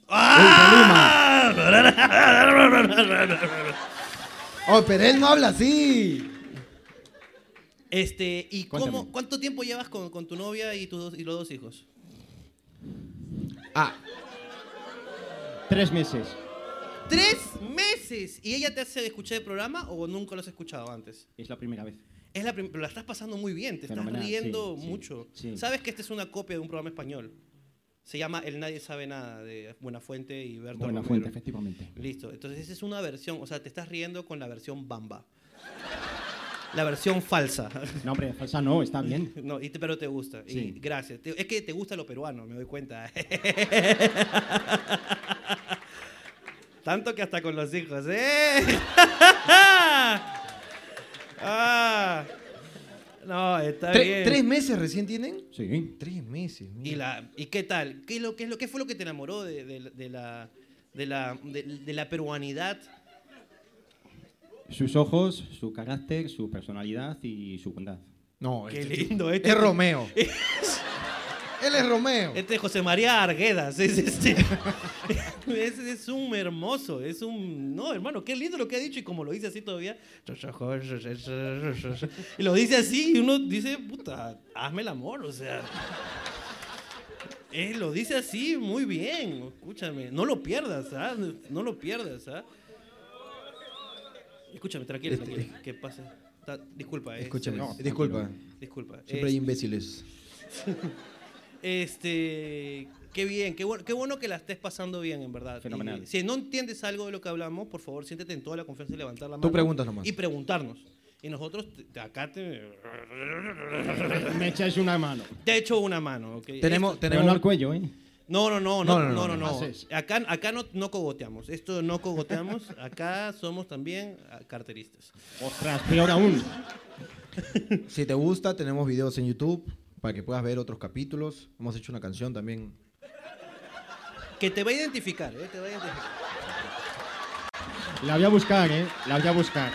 ¡Ah! Oh, pero él no habla así. Este, ¿y cómo- Cuéntame. cuánto tiempo llevas con, con tu novia y, tus dos- y los dos hijos? Ah. Tres meses. ¡Tres meses! ¿Y ella te hace escuchar el programa o nunca lo has escuchado antes? Es la primera vez. Es la prim- pero la estás pasando muy bien, te estás Fenomenal, riendo sí, sí, mucho. sí. Sabes que esta es una copia de un programa español. Se llama El Nadie Sabe Nada, de Buenafuente y Berto Buena Romero. fuente, efectivamente. Listo. Entonces esa es una versión, o sea, te estás riendo con la versión bamba. La versión falsa. No, hombre, falsa no, está bien. No, y te- pero te gusta. Y Sí. gracias. Te- es que te gusta lo peruano, me doy cuenta. Tanto que hasta con los hijos, ¿eh? Ah. no, está Tre- bien. ¿Tres meses recién tienen? Sí. Tres meses, ¿Y, la, ¿Y qué tal? ¿Qué, es lo, qué, es lo, ¿Qué fue lo que te enamoró de, de- de la, de, la, de- de la peruanidad? Sus ojos, su carácter, su personalidad y su bondad. No, Qué este- lindo, este. es Romeo. él es Romeo. Este es José María Arguedas, es este. es, es un hermoso, es un. No, hermano, qué lindo lo que ha dicho y como lo dice así todavía. Y lo dice así y uno dice, puta, hazme el amor, o sea. Eh, lo dice así, muy bien, escúchame. No lo pierdas, ¿ah? No lo pierdas, ¿ah? Escúchame, tranquilo, tranquilo, que pase. Ta- disculpa, eh, Este- Escúchame, se- disculpa. Disculpa. Siempre hay Eh, imbéciles. este, qué bien, qué bueno, qué bueno que la estés pasando bien, en verdad. Fenomenal. Y si no entiendes algo de lo que hablamos, por favor, siéntete en toda la confianza y levantar la mano. Tú preguntas nomás. Y preguntarnos. Y nosotros te- te- acá te, Me echáis una mano. te echo una mano, ¿ok? Tenemos, Pero no al tenemos, cuello, ¿eh? No, no, no, no, no, no, no. haces. Acá, acá no, no cogoteamos. Esto no cogoteamos. Acá somos también ah, carteristas. Ostras, peor aún. si te gusta, tenemos videos en YouTube para que puedas ver otros capítulos. Hemos hecho una canción también. Que te va a identificar, ¿eh? Te va a identificar. La voy a buscar, ¿eh? La voy a buscar.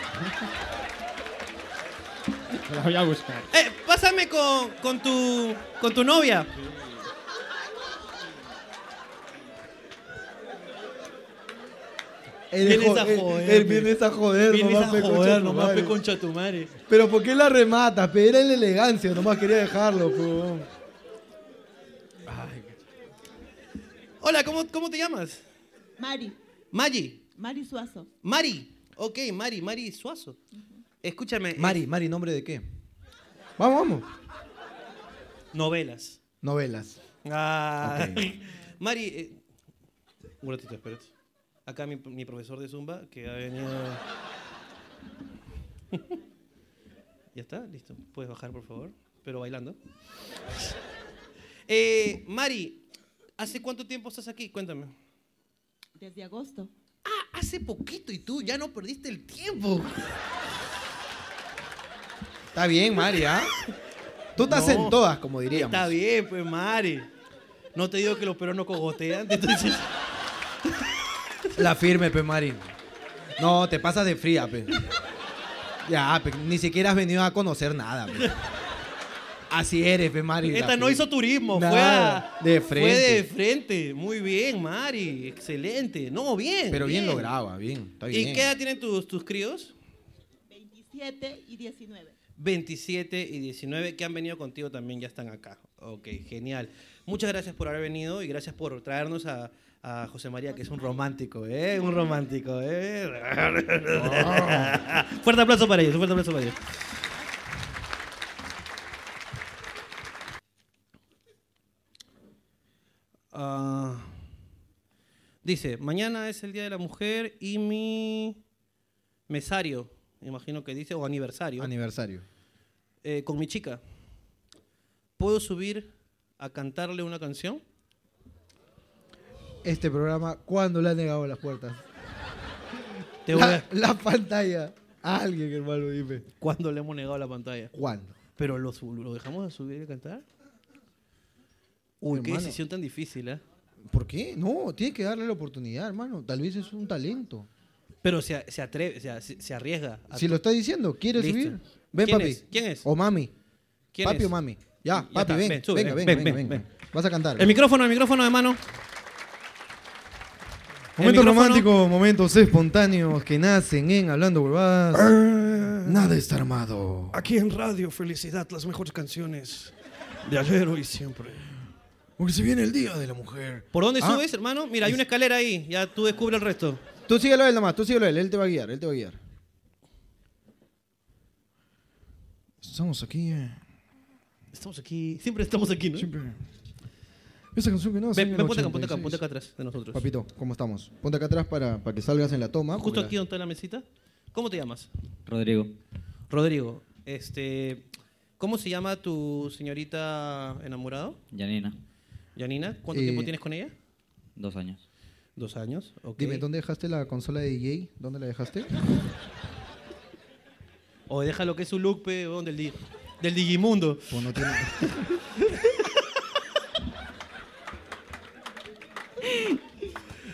Me la voy a buscar. Eh, pásame con, con tu, con tu novia. Él Vienes jo- a él- joder, Él pe. vienes a joder, Vienes nomás, a pe, concha joder, tu nomás madre. pe concha tu madre. Pero ¿por qué la rematas? pe? Era la elegancia, nomás quería dejarlo, pe, huevón. Hola, ¿cómo, cómo te llamas? Mari, Maggi. Mari Suazo. Mari. Ok, Mari, Mari Suazo. Escúchame. eh, Mari, Mari, ¿nombre de qué? Vamos, vamos. Novelas. Novelas. Ah. Ok. Mari, eh, un ratito, espérate. Acá mi, mi profesor de Zumba, que ha venido... ya está, listo. Puedes bajar, por favor, pero bailando. Eh, Mari, ¿hace cuánto tiempo estás aquí? Cuéntame. Desde agosto. Ah, hace poquito y tú ya no perdiste el tiempo. Está bien, Mari, ¿ah? Tú estás No. en todas, como diríamos. Está bien, pues, Mari. No te digo que los peruanos cogotean, entonces... La firme, pe, Mari. No, te pasas de fría, pe. Ya, pe, ni siquiera has venido a conocer nada, pe. Así eres, pe, Mari. la Esta no firme. hizo turismo, Nada, fue a- de Fue de frente. frente. Muy bien, Mari. Excelente. No, bien. Pero bien, lograba, bien. Está bien. ¿Y qué edad tienen tus, tus críos? 27 y 19. 27 y 19 que han venido contigo también ya están acá. Ok, genial. Muchas gracias por haber venido y gracias por traernos a, a José María, que es un romántico, ¿eh? Un romántico, ¿eh? fuerte aplauso para ellos, fuerte aplauso para ellos. Ah, dice, mañana es el Día de la Mujer y mi mesario, imagino que dice, o aniversario. Aniversario. eh, con mi chica, ¿puedo subir a cantarle una canción? Este programa, ¿cuándo le han negado las puertas? Te voy La, a- la pantalla. A alguien, hermano, dime. ¿Cuándo le hemos negado la pantalla? ¿Cuándo? ¿Pero lo, su- lo dejamos a subir y a cantar? Uy, qué Hermano. decisión tan difícil, ¿eh? ¿Por qué? No, tienes que darle la oportunidad, hermano. Tal vez es un talento. Pero se, se atreve, se, se- se arriesga. a Si to- lo está diciendo, ¿quieres Listo. subir? Ven, ¿Quién papi. es? ¿Quién es? O mami. ¿Quién papi es? o mami. Ya, Ya papi, está, ven. ven, sube, venga, ven, ven, ven, venga, ven, venga. ven. Vas a cantar. El micrófono, el micrófono, hermano. El Momentos micrófono. románticos, momentos espontáneos que nacen en Hablando Huevadas. Ah. Nada está armado. Aquí en Radio Felicidad, las mejores canciones de ayer, hoy y siempre. Porque se viene el Día de la Mujer. ¿Por dónde Ah. subes, hermano? Mira, hay una escalera ahí. Ya tú descubre el resto. Tú síguelo a él nomás, tú síguelo a él, él te va a guiar, él te va a guiar. Estamos aquí, eh. Estamos aquí. Siempre estamos aquí, ¿no? Siempre. Esa canción que no Ven, ven, ponte acá, ponte acá, ponte acá atrás de nosotros. Papito, ¿cómo estamos? Ponte acá atrás para, para que salgas en la toma. Ah, Justo porque aquí donde está la mesita. ¿Cómo te llamas? Rodrigo. Rodrigo, este, ¿cómo se llama tu señorita enamorado? Janina, Janina, ¿cuánto Eh, tiempo tienes con ella? dos años. Dos años. ok. Dime, ¿dónde dejaste la consola de DJ? ¿Dónde la dejaste? O deja lo que es su look, pe, weón, del, di- del Digimundo. Pues no tiene-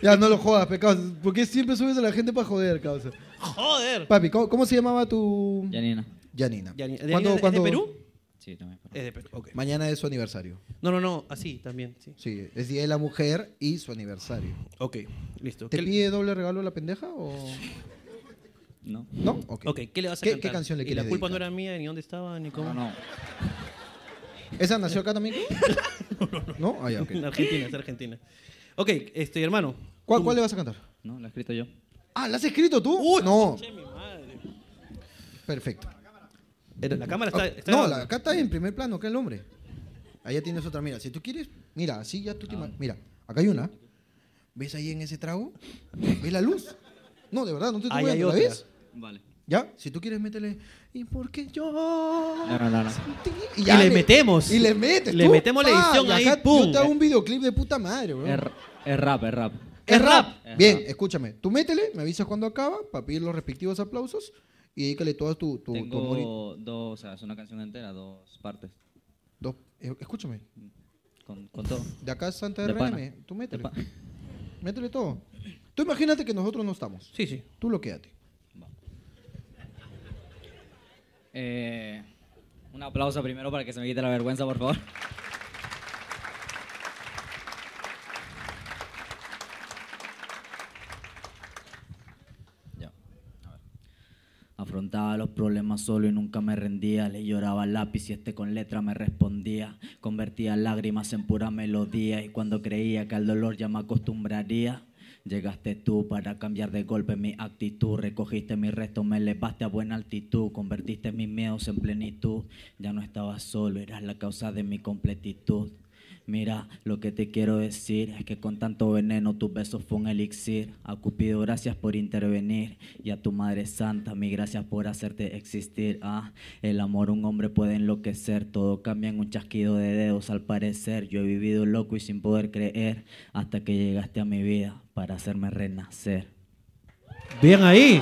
ya, no lo jodas, pecados. ¿Por qué siempre subes a la gente para joder, causa? ¡Joder! Papi, ¿cómo, cómo se llamaba tu. Janina, Yanina. Yani- ¿Cuándo- ¿Janina es cuándo- de Perú? sí, también. pero- Es de Perú, ok. Mañana es su aniversario. No, no, no, así también, sí. Sí, es Día de la Mujer y su aniversario. Ok, listo. ¿Te ¿Qué- pide doble regalo la pendeja o.? No. ¿No? Ok. Ok, ¿qué le vas a ¿Qué- cantar? qué canción le Y la quieres culpa no dedicar? era mía, ni dónde estaba, ni cómo. No, no. ¿Esa nació acá también? no, Ah, ya, ok. En Argentina, es Argentina. Ok, este, hermano. ¿Cuál, tú- cuál le vas a cantar? No, la he escrito yo. Ah, ¿la has escrito tú? Uy, no. Che, mi madre. Perfecto. La cámara está... Ah, está no, grabando. la- acá está en primer plano, acá el hombre. Allá tienes otra, mira, si tú quieres, mira, así ya Ah. tú te ima- Mira, acá hay una. ¿Ves ahí en ese trago? ¿Ves la luz? No, de verdad, no te estoy Ahí hay jugando, ¿la otra. ves? Vale. ¿Ya? Si tú quieres, métele. ¿Y por qué yo? No, no, no. no. Y, Ah. Y le metemos. Y le metes. Le tú. metemos la Pa, edición y ahí, acá pum. Yo te hago un videoclip de puta madre, bro. Es, r- es rap, es rap. Es rap. Es Bien, rap. escúchame. Tú métele, me avisas cuando acaba para pedir los respectivos aplausos y dedícale todo tu, tu, tu amor. y- Tengo dos, o sea, es una canción entera, dos partes. dos- eh, escúchame. Con, con todo. De acá es Santa De pana. RM. Tú De métele. pa- Métele todo. Tú imagínate que nosotros no estamos. Sí, sí. Tú lo quédate. Eh, un aplauso primero para que se me quite la vergüenza, por favor. Ya. A ver. Afrontaba los problemas solo y nunca me rendía. Le lloraba al lápiz y este con letra me respondía. Convertía lágrimas en pura melodía y cuando creía que al dolor ya me acostumbraría. Llegaste tú para cambiar de golpe mi actitud. Recogiste mi resto, me elevaste a buena altitud. Convertiste mis miedos en plenitud. Ya no estaba solo, eras la causa de mi completitud. Mira, lo que te quiero decir es que con tanto veneno tus besos fue un elixir. A Cupido, gracias por intervenir. Y a tu Madre Santa, mi gracias por hacerte existir. Ah, el amor un hombre puede enloquecer. Todo cambia en un chasquido de dedos, al parecer. Yo he vivido loco y sin poder creer. Hasta que llegaste a mi vida para hacerme renacer. Bien ahí,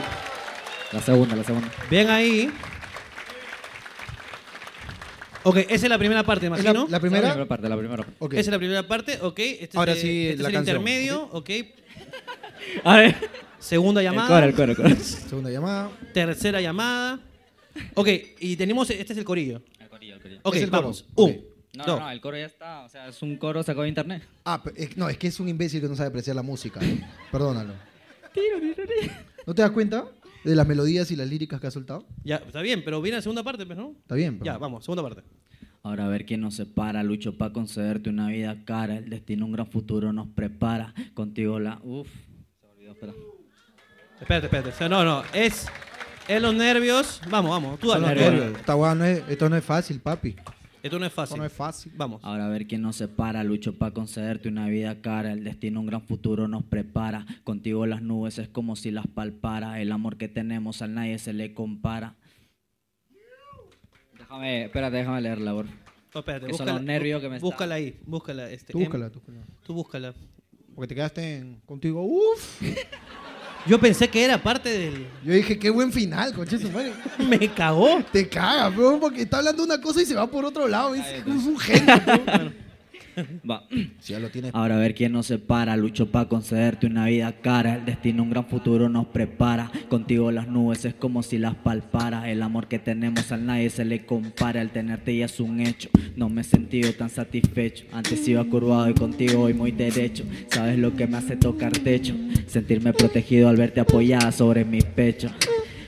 La segunda, la segunda. bien ahí. Ok, esa es la primera parte, ¿Es la, imagino. la La primera? primera parte, la primera parte. Ok. Esa es la primera parte, ok. Este Ahora es, el- sí, este la es el canción, intermedio, ok. A ver. Segunda El llamada. coro, el coro, el coro. Segunda llamada. Tercera llamada. Ok, y tenemos, este es el corillo. El corillo, el corillo. Ok, Es el coro, vamos. ok. Un, No, dos. no, no, el coro ya está. O sea, es un coro sacado de internet. Ah, pe- es- no, es que es un imbécil que no sabe apreciar la música. Perdónalo. ¿No te das cuenta de las melodías y las líricas que ha soltado? Ya, está bien, pero viene la segunda parte, pues, ¿no? Está bien, pero- Ya, vamos, segunda parte. Ahora a ver quién nos separa, lucho para concederte una vida cara, el destino un gran futuro nos prepara, contigo la... Uf, se me olvidó, espera. Espérate, espérate. O sea, no, no, es, es los nervios. Vamos, vamos, tú dale. Son tú dale. nervios. Esta guada no es- esto no es fácil, papi. Esto no es Esto fácil. no es fácil. Vamos. Ahora a ver quién nos separa, lucho para concederte una vida cara, el destino un gran futuro nos prepara, contigo las nubes es como si las palpara, el amor que tenemos al nadie se le compara. Déjame, espérate, déjame leerla, por favor. No, espérate, Que son los nervios que me están- Búscala ahí, búscala. Este, Tú em, búscala, tú búscala. tú búscala. Porque te quedaste en- contigo. Uf. Yo pensé que era parte del. Yo dije, qué buen final, coche su madre. Me cagó. Te caga, bro, porque está hablando una cosa y se va por otro lado. Es, es un genio, bro. Va. Si ya lo tienes. Ahora a ver quién nos separa, lucho para concederte una vida cara, el destino un gran futuro nos prepara, contigo las nubes es como si las palpara, el amor que tenemos al nadie se le compara, el tenerte ya es un hecho, no me he sentido tan satisfecho, antes iba curvado y contigo hoy muy derecho, sabes lo que me hace tocar techo, sentirme protegido al verte apoyada sobre mi pecho.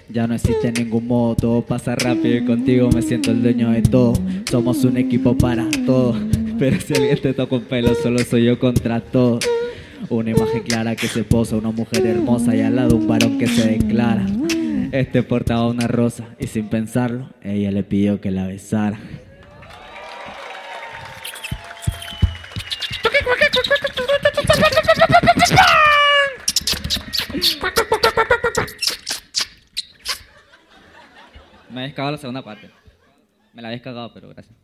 Ya no existe ningún modo, todo pasa rápido y contigo me siento el dueño de todo. Somos un equipo para todo, pero si alguien te toca un pelo, solo soy yo contra todo. Una imagen clara que se posa, una mujer hermosa y al lado un varón que se declara. Este portaba una rosa y sin pensarlo, ella le pidió que la besara. Me habéis cagado la segunda parte. Me la habéis cagado, pero gracias.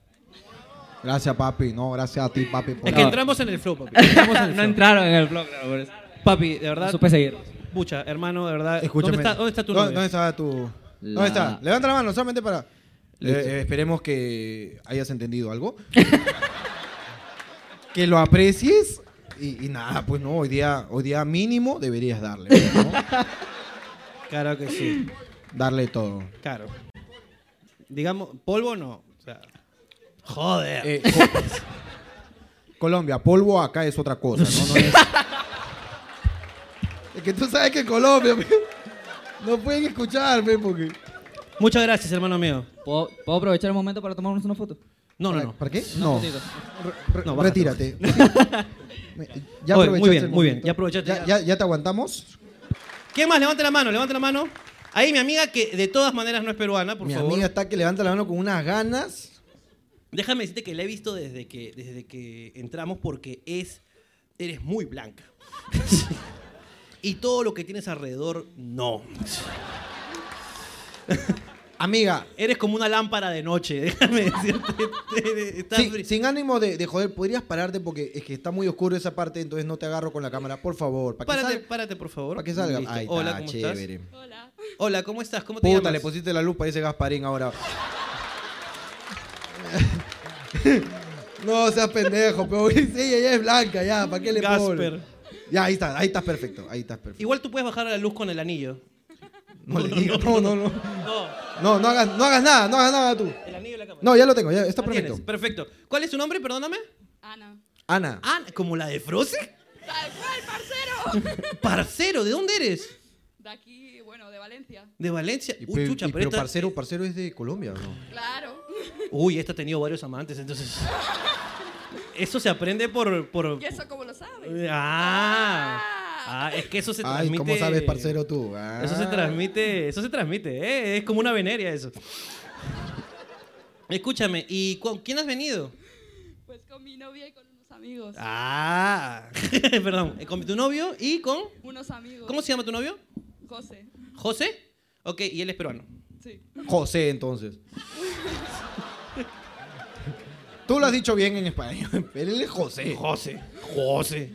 Gracias, papi. No, gracias a ti, papi. por- Es que entramos en el flow, papi. Entramos en el flow. entraron en el blog, claro, por eso. Papi, de verdad. seguir. Pucha, hermano, de verdad. Escúchame. ¿Dónde está, dónde está tu ¿Dónde, novia? dónde está tu.? La- ¿Dónde está? Levanta la mano, solamente para. Eh, eh, esperemos que hayas entendido algo. que lo aprecies. Y, y nada, pues no, hoy día, hoy día mínimo deberías darle. ¿no? Claro que sí. darle todo. Claro. Digamos, polvo no. O sea, joder. Eh, co- Colombia, polvo acá es otra cosa, ¿no? No es... Es que tú sabes que en Colombia pe, no pueden escucharme porque. Muchas gracias, hermano mío. ¿Puedo, ¿Puedo aprovechar el momento para tomarnos una foto? No, no, ¿Para, no. ¿para qué? No. Fotito. Re- No, bájate, retírate. Me- ya Oye, aprovechaste muy bien, el muy bien, momento. ya aprovechaste, Ya, ya. ya- ya te aguantamos. ¿Quién más? Levante la mano, levante la mano. Ahí mi amiga que de todas maneras no es peruana, por Mi favor. amiga está que levanta la mano con unas ganas. Déjame decirte que la he visto desde que, desde que entramos porque es. Eres muy blanca. y todo lo que tienes alrededor, no. Amiga, Eres como una lámpara de noche, déjame decirte. Eres- estás sí, bri- sin ánimo de, de joder, podrías pararte porque es que está muy oscuro esa parte, entonces no te agarro con la cámara, por favor. ¿Para Párate, que salga? párate, por favor. Para que salga. Listo. Ahí Hola, está, ¿cómo chévere. estás? Hola. Hola, ¿cómo estás? ¿Cómo te Puta, llamas? le pusiste la luz, parece Gasparín ahora. no seas pendejo, pero sí, ella ya es blanca, ya, ¿para qué le pongo? Gasper. Ya, ahí está, ahí estás perfecto, ahí estás perfecto. Igual tú puedes bajar a la luz con el anillo. No, le digas, no, no, no. No. No, no hagas, no hagas nada, no hagas nada tú. El anillo de la cámara. No, ya lo tengo, ya está Ah, tienes, perfecto. Perfecto. ¿Cuál es su nombre? Perdóname. Ana. Ana, Ah, ¿como la de Frozen? ¡Tal cual, parcero! Parcero, ¿de dónde eres? De aquí, bueno, de Valencia. De Valencia. y Uy, pe- chucha, y- pero, pero esta- parcero, parcero es de Colombia, ¿no? Claro. Uy, esta ha tenido varios amantes, entonces. Eso se aprende por. por... Eh, ¿Y eso cómo lo sabes? Ah, ah, es que eso se Ay, transmite. ¿cómo sabes, parcero tú? Ah. Eso se transmite, eso se transmite, ¿eh? es como una veneria eso. Escúchame, ¿y cu- quién has venido? Pues con mi novia y con unos amigos. Ah, perdón, eh, con tu novio y con... Unos amigos. ¿Cómo se llama tu novio? José. José. Ok, y él es peruano. Sí. José, entonces. Tú lo has dicho bien en español. Pero él es José. José. José.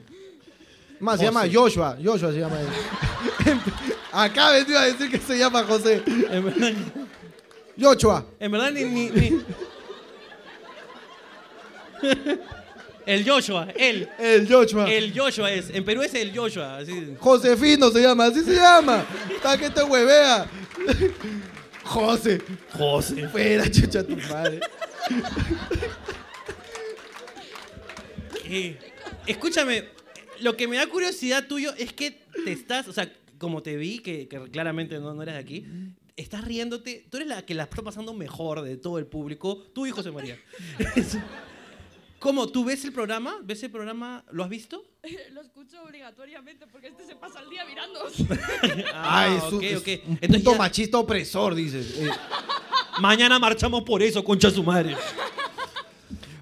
Más, se llama Joshua. Joshua se llama él. Acá me iba a decir que se llama José. En verdad, Joshua. en verdad ni, ni- ni- El Joshua, él. El Joshua. El Joshua es. En Perú es el Joshua. así. Josefino se llama. Así se llama. Para que te huevea. José. José. Espera, chucha tu madre. Eh, escúchame, lo que me da curiosidad tuyo es que te estás, o sea, como te vi, que, que claramente no, no eres de aquí, estás riéndote. Tú eres la que la está pasando mejor de todo el público, tú y José María. ¿Cómo? ¿Tú ves el programa? ¿Ves el programa? ¿Lo has visto? Lo escucho obligatoriamente porque este se pasa el día mirando. Ay, Ah, es un, ok, es ok. un Entonces punto ya- machista opresor, dices. Eh, Mañana marchamos por eso, concha su madre.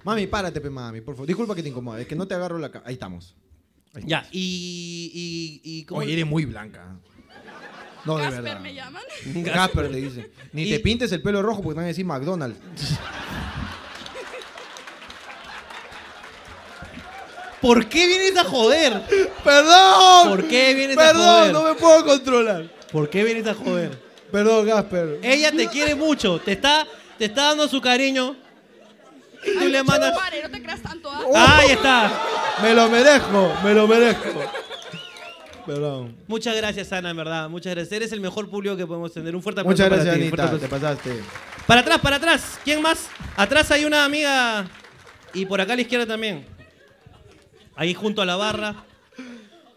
mami, párate, pe, mami, por favor. Disculpa que te incomode, es que no te agarro la cara. Ahí estamos. Ya, y. y, y ¿cómo- Oye, eres muy blanca. No, de Casper verdad. me llaman. Gasper le dice. Ni Y- te pintes el pelo rojo porque te van a decir McDonald's. ¿Por qué vienes a joder? ¡Perdón! ¿Por qué vienes a Perdón, joder? no me puedo controlar. Eh, ¿Por qué vienes a joder? Perdón, Gasper. Ella te quiere mucho, te está, te está dando su cariño. Y tú le mandas. Pare, no te creas tanto, ¿ah? Ahí está. Me lo merezco, me lo merezco. Perdón. Muchas gracias, Ana, en verdad. Muchas gracias. Eres el mejor público que podemos tener. Un fuerte aplauso Muchas para gracias, ti, un Anita. fuerte Te aplauso. pasaste. Para atrás, para atrás. ¿Quién más? Atrás hay una amiga. Y por acá a la izquierda también. Ahí junto a la barra.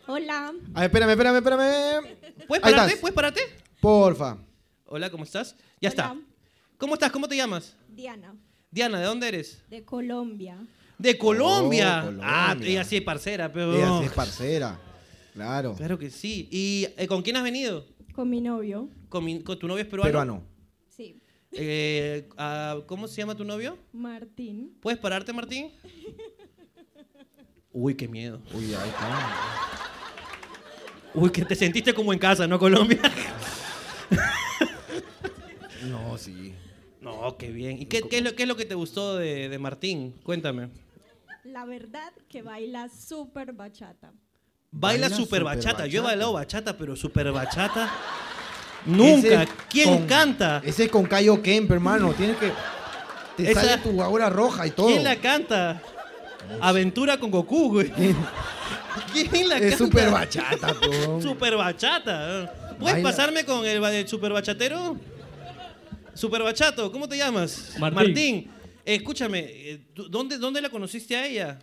Hola. Ay, espérame, espérame, espérame. ¿Puedes Ahí pararte? estás. ¿Puedes pararte? Porfa. Hola, ¿cómo estás? Ya está. Hola. ¿Cómo estás? ¿Cómo te llamas? Diana, Diana, ¿de dónde eres? de Colombia. De Colombia. Oh, Colombia. Ah, ella sí es parcera, pero. Ella sí es parcera. Claro. Claro que sí. ¿Y eh, con quién has venido? Con mi novio. ¿Con, mi- con tu novio es peruano? Peruano. Sí. Eh, ah, ¿Cómo se llama tu novio? Martín. ¿Puedes pararte, Martín? Uy, qué miedo. Uy, ahí está. Uy, que te sentiste como en casa, ¿no, Colombia? No, sí. no, qué bien. ¿Y qué, qué es, lo, qué es lo que te gustó de, de Martín? Cuéntame. La verdad que baila súper bachata. Baila, Baila super super bachata. Yo he bachata. bailado bachata, pero super bachata. Nunca. Ese es ¿Quién con- canta? Ese es con Cayo Kemp, hermano. Tienes que. Te Esa- sale tu aura roja y todo. ¿Quién la canta? Aventura con Goku, güey. ¿Quién la canta? es súper bachata, po. Super bachata. ¿Puedes Baila. pasarme con el, ba- el super bachatero? Super bachato, ¿cómo te llamas? Martín. eh, escúchame, eh, ¿tú- ¿dónde, ¿dónde la conociste a ella?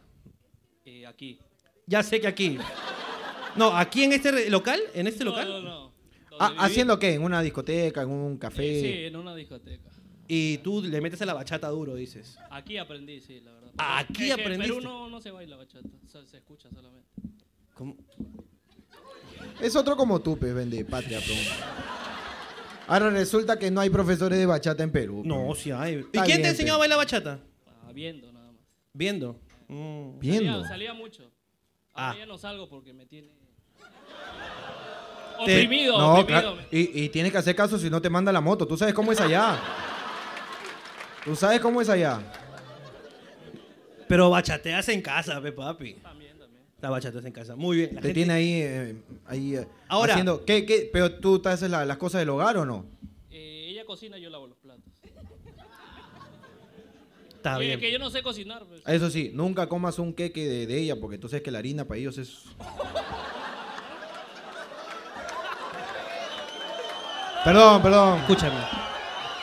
Eh, aquí. Ya sé que aquí. No, aquí en este re- local, en este local. No, no, no. Ah, Donde viví- ¿Haciendo qué? ¿En una discoteca? ¿En un Eh, sí, café? en una discoteca. Y tú le metes a la bachata duro, dices. Ah, Aquí aprendí, sí, la verdad. Aquí Es que En aprendiste. Perú no, no se baila bachata, so- se escucha solamente. ¿Cómo? Es otro como tú, pues, vende patria, po. Ahora resulta que no hay profesores de bachata en Perú. po. No, sí hay. ¿Y Está quién te bien, enseñó pe. a bailar bachata? Ah, viendo nada más. Viendo. Mm. Viendo. Salía, salía mucho. Ah. Ahora ya no salgo porque me tiene... Oprimido, No, oprimido. claro. Y, y tienes que hacer caso si no te manda la moto. Tú sabes cómo es allá. Tú sabes cómo es allá. Pero bachateas en casa, pe papi. También, también. La bachateas en casa. Muy bien. La Te gente- tiene ahí, eh, ahí eh, Ahora- haciendo. ¿Qué, qué? ¿Pero tú te haces la- las cosas del hogar o no? Eh, ella cocina y yo lavo los platos. Y Está es bien. que yo no sé cocinar. pues. Eso sí, nunca comas un queque de, de ella porque tú sabes que la harina para ellos es. Perdón, perdón. Escúchame.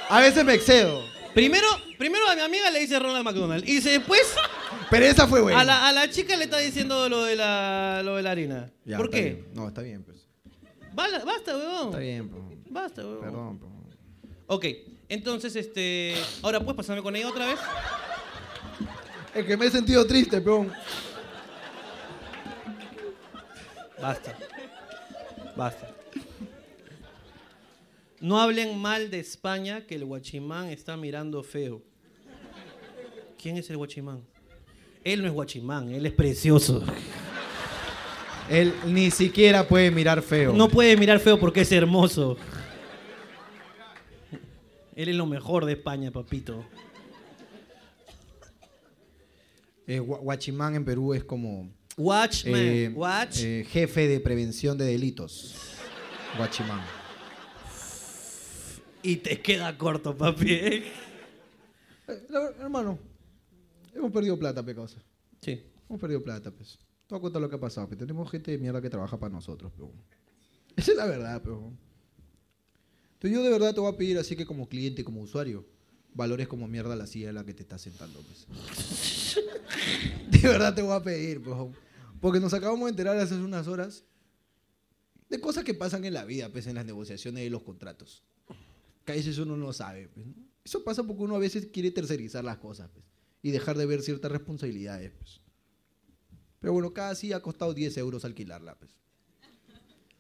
A veces me excedo. Primero, primero a mi amiga le dice Ronald McDonald. Y después Pero esa fue buena. a la, a la chica le está diciendo lo de la, lo de la harina. Ya, ¿Por está qué? bien. No, está bien, pues. Bala- Basta, weón. Está bien, pues. Basta, weón. Perdón, pues. Ok, entonces, este. Ahora, ¿puedes pasarme con ella otra vez? Es que me he sentido triste, peón. Basta. Basta. No hablen mal de España que el guachimán está mirando feo. ¿Quién es el guachimán? Él no es guachimán, él es precioso. Él ni siquiera puede mirar feo. No puede mirar feo porque es hermoso. Él es lo mejor de España, papito. Eh, gua- guachimán en Perú es como Watchman, eh, watch. eh, jefe de prevención de delitos. Guachimán. Y te queda corto, papi. ¿eh? Eh, la ver- hermano, hemos perdido plata, pecosa. Sí. Hemos perdido plata, pues. Te voy a contar lo que ha pasado, que tenemos gente de mierda que trabaja para nosotros, pero. Esa es la verdad, pero. Entonces yo de verdad te voy a pedir, así que como cliente, como usuario, valores como mierda la silla en la que te estás sentando, pues. De verdad te voy a pedir, pero. Porque nos acabamos de enterar hace unas horas de cosas que pasan en la vida, pues, en las negociaciones y los contratos. Que a veces uno no sabe, pues, ¿no? Eso pasa porque uno a veces quiere tercerizar las cosas, pues. Y dejar de ver ciertas responsabilidades, pues. Pero bueno, cada silla ha costado 10 euros alquilarla, pues.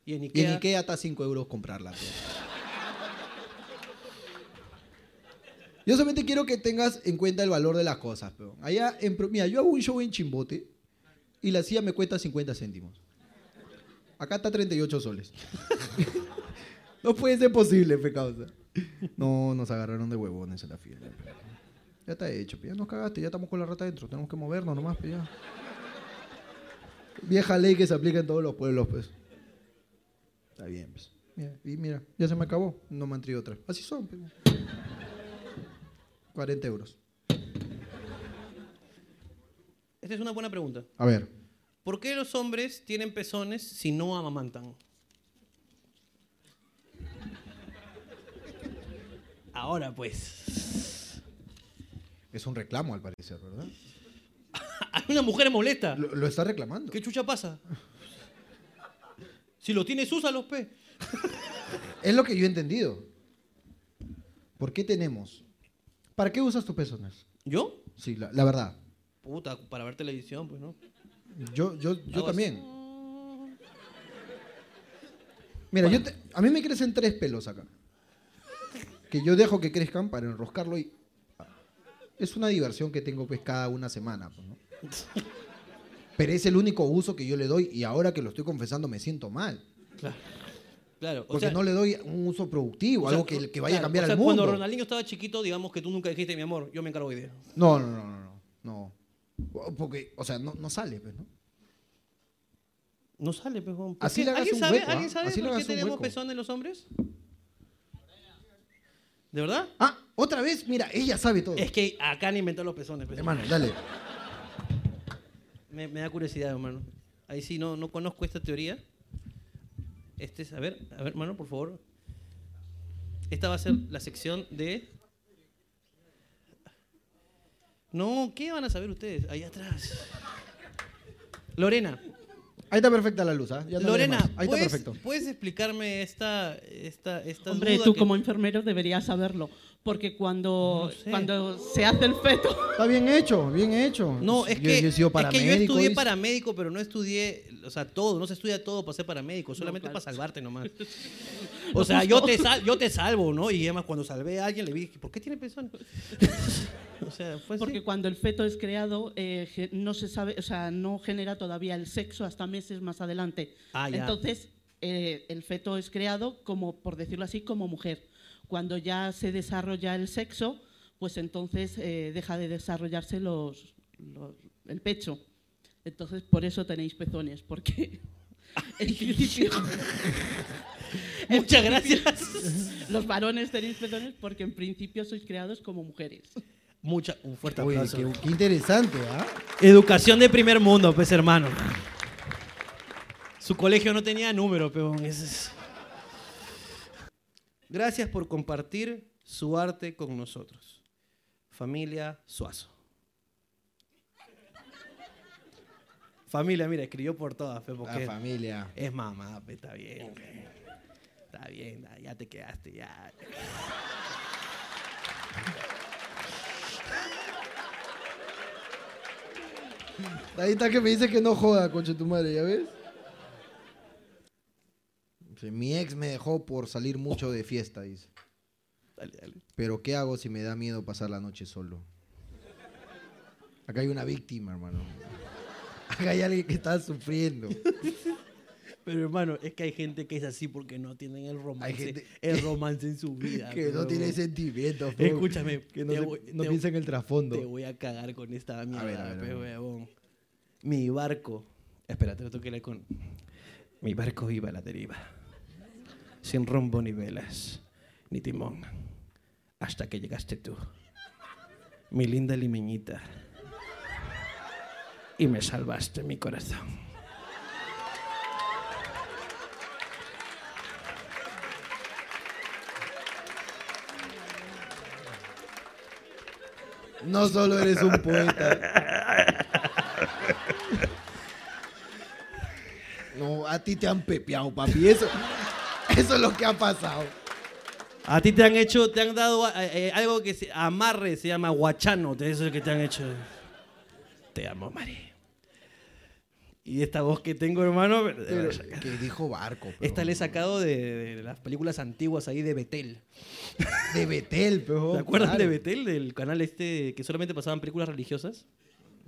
Y en Y Ikea, en Ikea está 5 euros comprarla. pues. Yo solamente quiero que tengas en cuenta el valor de las cosas, peón. Allá en, pro- mira, yo hago un show en Chimbote y la silla me cuesta 50 céntimos. Acá está 38 soles. no puede ser posible, pe causa. No, nos agarraron de huevones en la fiesta. pe. Ya está hecho, pe. ya nos cagaste, ya estamos con la rata dentro, tenemos que movernos nomás, pe, ya. Vieja ley que se aplica en todos los pueblos, pues. Está bien, pues. Mira, y mira, ya se me acabó. No me han traído otra. Así son, pues. 40 euros. esta es una buena pregunta. A ver. ¿Por qué los hombres tienen pezones si no amamantan? Ahora pues. Es un reclamo, al parecer, ¿verdad? Hay una mujer molesta. Lo, lo está reclamando. ¿Qué chucha pasa? Si los tienes, úsalos, pe. Es lo que yo he entendido. ¿Por qué tenemos? ¿Para qué usas tus pezones? ¿Yo? Sí, la, la verdad. Puta, para ver televisión, pues, ¿no? Yo, yo, Hago yo así. también. Mira, yo te- a mí me crecen tres pelos acá. Que yo dejo que crezcan para enroscarlo y. ah, Es una diversión que tengo pues cada una semana, pues, ¿no? Pero es el único uso que yo le doy y ahora que lo estoy confesando me siento mal. Claro. Claro. o Porque sea- no le doy un uso productivo, o sea, algo que, que vaya claro, a cambiar o sea, al mundo. Cuando Ronaldinho estaba chiquito, digamos que tú nunca dijiste, mi amor, yo me encargo hoy día. No, no, no, no, no. no. O- Porque, o sea, no, no sale, pues, ¿no? No sale, pues. ¿por Así qué? le hagas ¿Alguien un sabe, hueco, ¿ah? ¿alguien sabe Así le por qué hagas un tenemos hueco. pezones los hombres? ¿De verdad? Ah, otra vez, mira, ella sabe todo. Es que acá han inventado los pezones, pues. Hermano, dale. Me, me da curiosidad, hermano. Ahí sí no, no conozco esta teoría. Este es, a ver, a ver, hermano, por favor. Esta va a ser la sección de. No, ¿qué van a saber ustedes? Ahí atrás. Lorena, Ahí está perfecta la luz, ¿ah? Ya no Lorena, pues. hay más. Ahí ¿puedes, está perfecto. ¿puedes explicarme esta, esta, esta Hombre, duda tú que- como enfermero deberías saberlo, porque cuando, No sé. cuando se hace el feto, Está bien hecho, bien hecho. No, es Yo- que, yo he sido es que yo paramédico, estudié ¿viste? paramédico, pero no estudié, o sea, todo, no se estudia todo para ser paramédico, solamente claro. para salvarte nomás. O sea, yo te, sal- yo te salvo, ¿no? Y además cuando salvé a alguien le vi, ¿por qué tiene pezones? o sea, fue así. porque cuando el feto es creado eh, ge- no se sabe, o sea, no genera todavía el sexo hasta meses más adelante. Ah, ya. Entonces eh, el feto es creado como, por decirlo así, como mujer. Cuando ya se desarrolla el sexo, pues entonces eh, deja de desarrollarse los, los- el pecho. Entonces por eso tenéis pezones, porque en principio- Muchas gracias. Los varones tenéis pezones porque en principio sois creados como mujeres. Mucha, un fuerte Oye, aplauso. qué, qué interesante, ¿ah? Educación de primer mundo, pues hermano. Su colegio no tenía número, peón. Ese es- Gracias por compartir su arte con nosotros. Familia Suazo. Familia, mira, escribió por todas, fe, porque La familia. es mamá, pe, está bien. pe. Está bien, da, ya te quedaste, ya. Ahí está que me dice que no joda, concha tu madre, ¿ya ves? Dice, Mi ex me dejó por salir mucho de fiesta, dice. Dale, dale. Pero ¿qué hago si me da miedo pasar la noche solo? Acá hay una víctima, hermano. Acá hay alguien que está sufriendo. Pero hermano, es que hay gente que es así porque no tienen el romance, Hay gente el romance en su vida. que no huevón. tiene sentimientos. pues. po. Ah, Escúchame, Que no, te se- voy- no te- piensa en el trasfondo. Te voy a cagar con esta mierda, ver, a ver, a pe, ver. huevón. Mi barco. Espérate, lo tengo que leer con. Mi barco iba a la deriva. Sin rumbo ni velas, ni timón. Hasta que llegaste tú. Mi linda limeñita. Y me salvaste mi corazón. No solo eres un poeta. No, a ti te han pepeado, papi. Eso, eso es lo que ha pasado. A ti te han hecho, te han dado eh, eh, algo que se amarre, se llama guachano, te- eso es lo que te han hecho. Te amo, Mari. Y esta voz que tengo, hermano, Pero, que dijo barco. pero- esta le he sacado de, de las películas antiguas ahí de Betel. De Betel, pero. ¿Te acuerdas claro. de Betel, del canal este que solamente pasaban películas religiosas?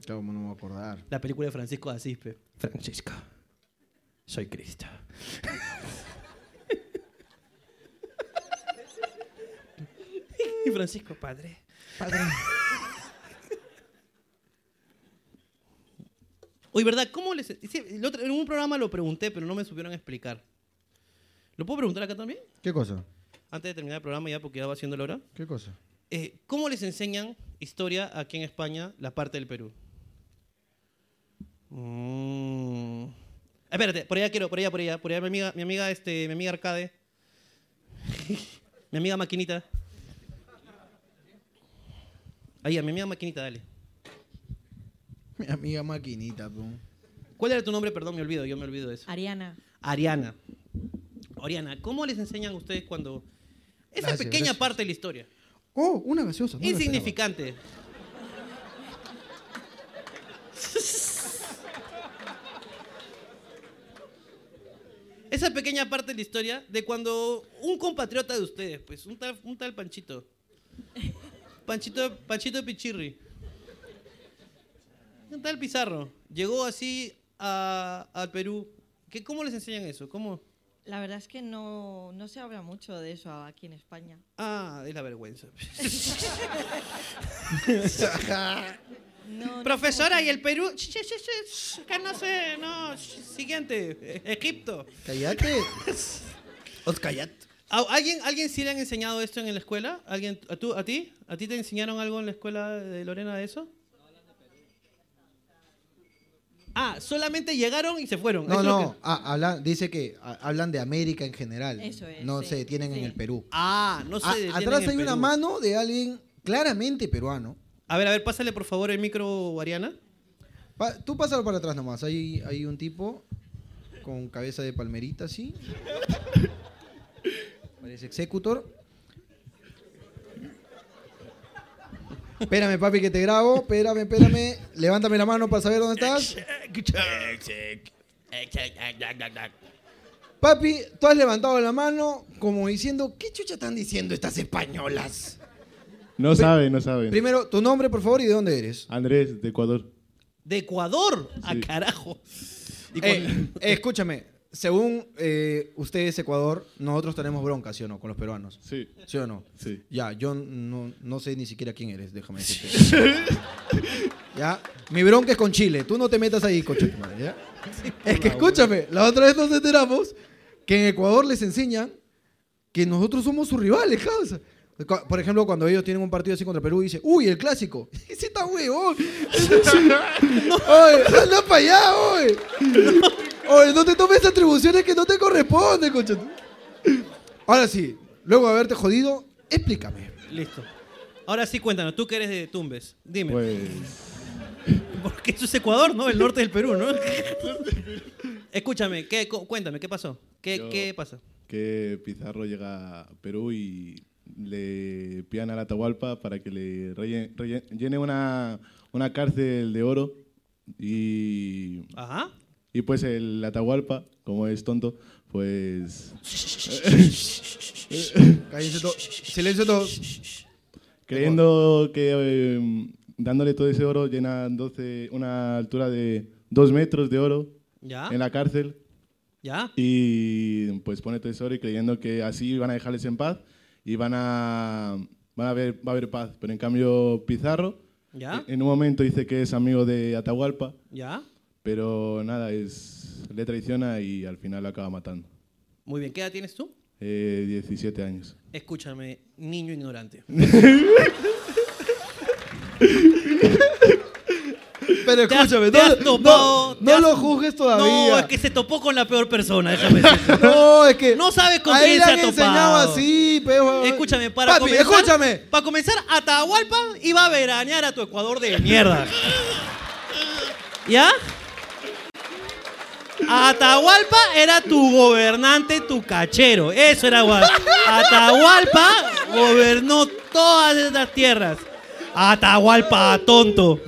Claro, no me voy a acordar. La película de Francisco de Asís, pe. Francisco, soy Cristo. y Francisco, padre. Padre. Oye, ¿verdad? ¿Cómo les.? sí, el otro- en un programa lo pregunté, pero no me supieron explicar. ¿Lo puedo preguntar acá también? ¿Qué cosa? Antes de terminar el programa, ya porque ya va siendo la hora. ¿Qué cosa? Eh, ¿Cómo les enseñan historia aquí en España, la parte del Perú? Mm. Espérate, por allá quiero, por allá, por allá, por allá, mi amiga, mi amiga, este, mi amiga Arcade. mi amiga Maquinita. Ahí, a mi amiga Maquinita, dale. Mi amiga maquinita, po. ¿Cuál era tu nombre? Perdón, me olvido, yo me olvido de eso. Ariana. Ariana. Oriana, ¿cómo les enseñan a ustedes cuando... Esa Gracias, pequeña gracias. parte de la historia. Oh, una gaseosa. no la Insignificante. Esa pequeña parte de la historia de cuando un compatriota de ustedes, pues, un tal, un tal Panchito. Panchito, Panchito Pichirri. Un tal Pizarro. Llegó así a- al Perú. ¿Qué, ¿Cómo les enseñan eso? ¿Cómo? La verdad es que no, no se habla mucho de eso aquí en España. Ah, es la vergüenza. No, no Profesora, ¿y el Perú? Ch, ch, ch, ch, acá no sé, no. ch, Siguiente, E- Egipto. pensaba. Cállate. Os callat. ¿A- ¿Alguien, ¿Alguien sí le han enseñado esto en la escuela? ¿Alguien, a, tú, ¿A ti? ¿A ti te enseñaron algo en la escuela de Lorena de eso? Ah, solamente llegaron y se fueron. Eso No, es lo no. que- ah, habla- dice que ah, hablan de América en general. Eso es, No sí, se detienen en sí. el Perú. Ah, no sé. A- atrás hay una mano. mano de alguien claramente peruano. A ver, a ver, pásale por favor el micro, Ariana. Pa- tú pásalo para atrás nomás. Hay, hay un tipo con cabeza de palmerita, sí. Parece ejecutor. Espérame, papi, que te grabo. Espérame, espérame. Levántame la mano para saber dónde estás. Papi, tú has levantado la mano como diciendo, ¿qué chucha están diciendo estas españolas? No saben, no saben. Primero, tu nombre, por favor, y de dónde eres. Andrés, de Ecuador. De Ecuador. A Sí. carajo. Y cuando- Eh, eh, escúchame, según eh, ustedes, Ecuador, nosotros tenemos bronca, ¿sí o no? Con los peruanos. Sí, ¿Sí o no? sí. Ya, yo no, no sé ni siquiera quién eres, déjame decirte. ya, mi bronca es con Chile, tú no te metas ahí, coche. tu madre, ¿ya? es que escúchame, la otra vez nos enteramos que en Ecuador les enseñan que nosotros somos sus rivales, causa. Cu- Por ejemplo, cuando ellos tienen un partido así contra Perú, dice, uy, el clásico. Ese está huevón. Oye, anda para allá, oye. Oye, no te tomes atribuciones que no te corresponden, coche. Ahora sí, luego de haberte jodido, Explícame. Listo. Ahora sí, cuéntanos, tú que eres de Tumbes, dime. Pues- Porque eso es Ecuador, ¿no? El norte del Perú, ¿no? Escúchame, ¿qué, cu- cuéntame, ¿qué pasó? ¿Qué, Yo- qué pasa? Que Eh, Pizarro llega a Perú y le pidan a la Atahualpa para que le relle- relle- llene una, una cárcel de oro. Y, Ajá. y pues el Atahualpa, como es tonto, pues... Cállense todos. Silencio todos. Creyendo que eh, dándole todo ese oro llena 12, una altura de 2 metros de oro Ya. en la cárcel. Ya. Y pues pone todo ese oro y creyendo que así van a dejarles en paz y van a, van a ver, va a haber paz. Pero en cambio Pizarro eh, ¿Ya? en un momento dice que es amigo de Atahualpa, ¿Ya? pero nada, es, le traiciona y al final lo acaba matando. Muy bien, ¿qué edad tienes tú? Eh, 17 años. Escúchame, niño ignorante. Pero Te has- escúchame, te has no, topado, no, no lo juzgues todavía. No, es que se topó con la peor persona, déjame decirte. No, es que. No sabes con a quién él le se han ha enseñado topado. así, pero. Escúchame, para Papi, comenzar. escúchame. Para comenzar, Atahualpa iba a veranear a tu Ecuador de mierda. ¿Ya? Atahualpa era tu gobernante, tu cachero. Eso era Gua- Atahualpa gobernó todas esas tierras. Atahualpa, tonto.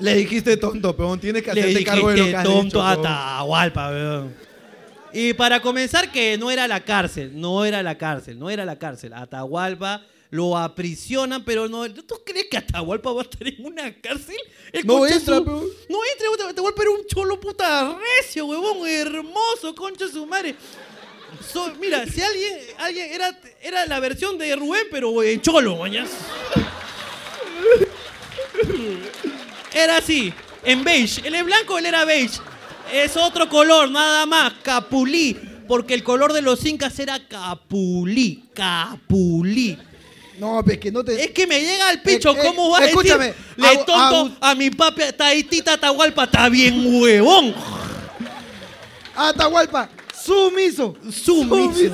Le dijiste tonto, peón. Tienes que Le hacerte dijiste cargo de lo que has tonto hecho, a peón. Atahualpa, weón. Y para comenzar, que no era la cárcel, no era la cárcel, no era la cárcel. Atahualpa lo aprisionan, pero no. ¿Tú crees que Atahualpa va a estar en una cárcel? El No concha entra, su- peón. No entra, weón. Atahualpa era un cholo puta recio, huevón, hermoso, concha de su madre. So- mira, si alguien, alguien era, era la versión de Rubén, pero en cholo, mañas. Era así, en beige. Él es blanco, él era beige. Es otro color, nada más, capulí. Porque el color de los incas era capulí, capulí. No, es que no te. Es que me llega al picho, Eh, eh, ¿cómo va a escúchame, decir? Le Agu- tonto a mi papi, Taitita Atahualpa, está bien huevón. Atahualpa, sumiso. Sumiso.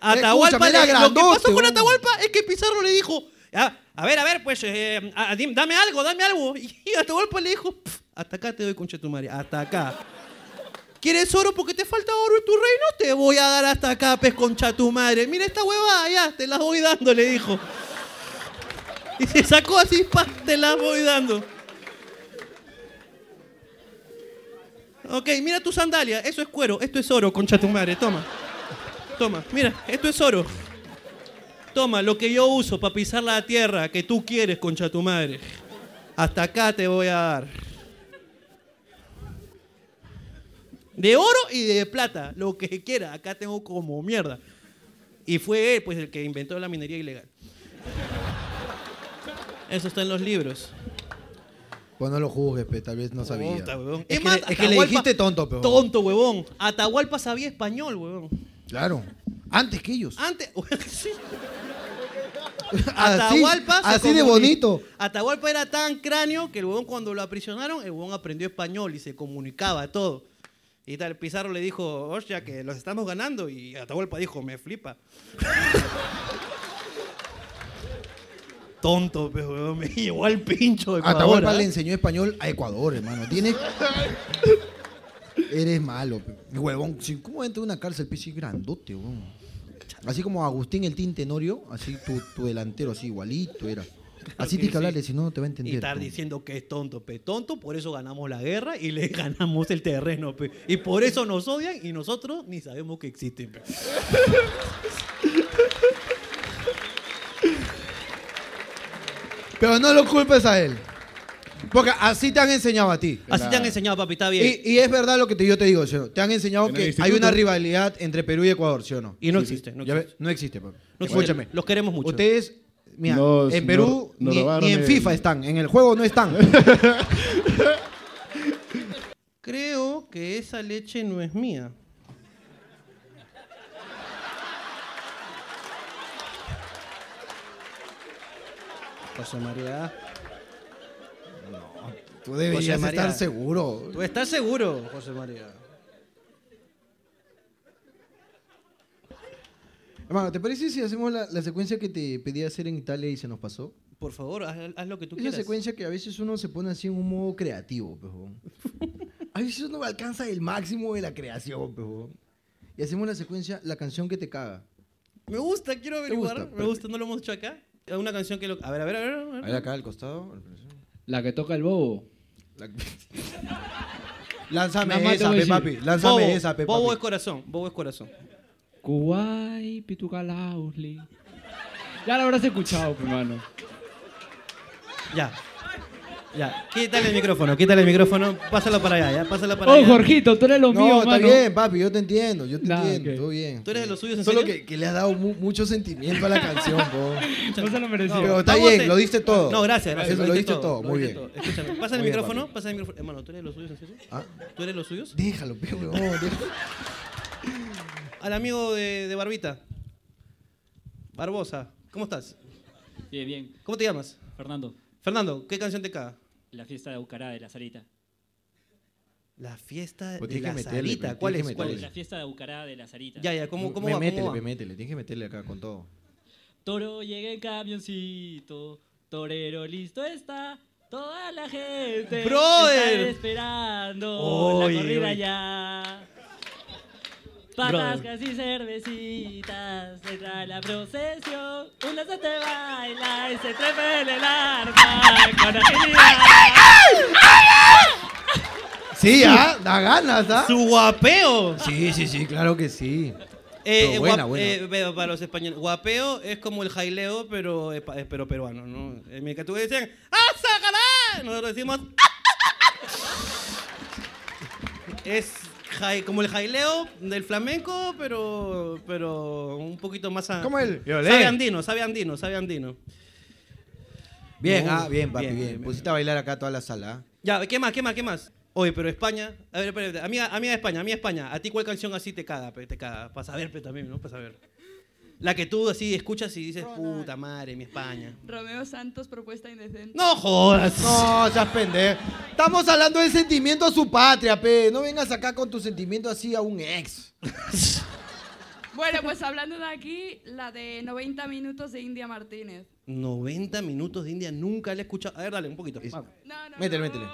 Atahualpa, Escúchame, era le- lo que grandote, pasó con weón. Atahualpa es que Pizarro le dijo, "Ah, a, ver, a ver, pues, eh, a- dim- dame algo, dame algo. Y Atahualpa le dijo, "Pf, hasta acá te doy concha de tu madre, hasta acá. ¿Quieres oro porque te falta oro en tu reino? Te voy a dar hasta acá, pez concha tu madre. Mira esta huevada, ya, te las voy dando, le dijo. Y se sacó así, pa, te las voy dando. Ok, mira tu sandalia, eso es cuero, esto es oro, concha tu madre, toma. Toma, mira, esto es oro. Toma, lo que yo uso para pisar la tierra que tú quieres, concha tu madre. Hasta acá te voy a dar. De oro y de plata, lo que quiera. Acá tengo como mierda. Y fue él, pues, el que inventó la minería ilegal. Eso está en los libros. Pues no lo juzgues, pe, tal vez no sabía. Puta, huevón. Es Es, que, más, es que le Atahualpa- dijiste tonto, peón. Tonto, huevón. Atahualpa sabía español, huevón. Claro. Antes que ellos. Antes. sí. Así- Atahualpa. se así de comuni- bonito. Atahualpa era tan cráneo que el huevón cuando lo aprisionaron, el huevón aprendió español y se comunicaba todo. Y tal, Pizarro le dijo, hostia, que los estamos ganando. Y Atahualpa dijo, me flipa. Tonto, pero huevón, me llevó al pincho. Ecuador, Atahualpa ¿ah? le enseñó español a Ecuador, hermano. Tienes. Eres malo, pe. huevón. sí, ¿Cómo entra a una cárcel, pe? Sí, grandote, huevón. Así como Agustín el Tin Tenorio, así tu, tu delantero, así igualito era. Así que tienes que sí. hablarle, si no, no te va a entender. Y estar pe. diciendo que es tonto, pe. Tonto, por eso ganamos la guerra y le ganamos el terreno, pe. Y por eso nos odian y nosotros ni sabemos que pues. existen, pe. Pero no lo culpes a él. Porque así te han enseñado a ti. Así te han enseñado, papi, está bien. Y, y es verdad lo que te- yo te digo, ¿sí o no? Te han enseñado En el que hay instituto. una rivalidad entre Perú y Ecuador, ¿sí o no? Y no existe, no Ya ve- existe. No existe, papi. No existe. Escúchame. Los queremos mucho. Ustedes, mira, Nos- en Perú nos- nos ni, robaron ni en el- FIFA están, en el juego no están. Creo que esa leche no es mía. José María. Tú deberías José María. estar seguro. Tú estás seguro, José María. Hermano, ¿te parece si hacemos la, la secuencia que te pedí hacer en Italia y se nos pasó? Por favor, haz, haz lo que tú Esa quieras. secuencia que a veces uno se pone así en un modo creativo, pejo. A veces uno alcanza el máximo de la creación, pejo. Y hacemos la secuencia, la canción que te caga. Me gusta, quiero averiguar. gusta? me gusta, no lo hemos hecho acá. Una canción que lo. A ver, a ver, a ver. A ver. Ahí acá al costado. La que toca el bobo. Lánzame Nada más te esa, voy a pe decir. papi. Lánzame bobo, esa, pe Bobo papi. es corazón, bobo es corazón. Kuwai Pitucalausli. Ya la habrás escuchado, pues, hermano. Ya. Ya, quítale el micrófono, quítale el micrófono. Pásalo para allá, ya, pásalo para Oh, allá. Jorgito, tú eres lo no, mío, está mano. bien, papi, yo te entiendo, yo te Nah, entiendo, ok. todo bien. Tú eres de los suyos, ¿en Solo serio? que, que le has dado mu- mucho sentimiento a la canción, po. No se lo merecía. Pero está vamos bien, a- lo diste todo. No, gracias, gracias. Eso, lo diste todo, lo muy diste bien. todo. Escúchame, pasa el Muy bien, micrófono, papi. pasa el micrófono. Hermano, ¿tú eres de los suyos, en serio? Ah. ¿Tú eres de los suyos? Déjalo, pe, weón, déjalo. Al amigo de, de Barbita. Barbosa, ¿cómo estás? Bien, bien. ¿Cómo te llamas? Fernando, Fernando, ¿qué canción te caga? la fiesta de Bucará de la Sarita. La fiesta Pues de tienes la que meterle, Sarita. pues, ¿Cuál tienes es? que ¿Cuál meterle. es? La fiesta de Bucará de la Sarita. Ya, ya, ¿cómo, cómo Me va? métele, ¿Cómo me va? métele, tienes que meterle acá con todo. Toro llega en camioncito, torero listo está, toda la gente ¡Brother! está esperando Oy, la corrida oy. ya. Patascas Brother. y cervecitas, entra la procesión, una se te baila y se trepa en el arma con agilidad. Sí, ¿ah? Da ganas, ¿ah? ¡Su guapeo! Sí, sí, sí, claro que sí. Eh, Pero eh, buena, guap- buena. eh, pero para los españoles, guapeo es como el jaileo, pero, eh, pa- eh, pero peruano, ¿no? En mi categoría decían, ¡Ah, sacará! Nosotros decimos, "Ah, ah, ah". Es jai- como el jaileo del flamenco, pero, pero un poquito más... a- ¿Cómo el? Sabe andino, sabe andino, sabe andino. Bien, No, ah, bien, papi, bien, bien. bien, Pusiste a bailar acá toda la sala. ¿ah? Ya, ¿qué más, qué más, qué más? Oye, pero España... A ver, espérate, amiga, amiga de España, amiga de España, ¿a ti cuál canción así te caga? pe? Te caga, para saber pe, también, ¿no? Para saber. La que tú así escuchas y dices, puta madre, mi España. Romeo Santos, propuesta indecente. No jodas. No, seas pendejo. Estamos hablando del sentimiento a su patria, pe. No vengas acá con tu sentimiento así a un ex. Bueno, pues hablando de aquí, la de 90 minutos de India Martínez. 90 minutos de India, nunca la he escuchado. A ver, dale, un poquito. Vamos. Métele, métele.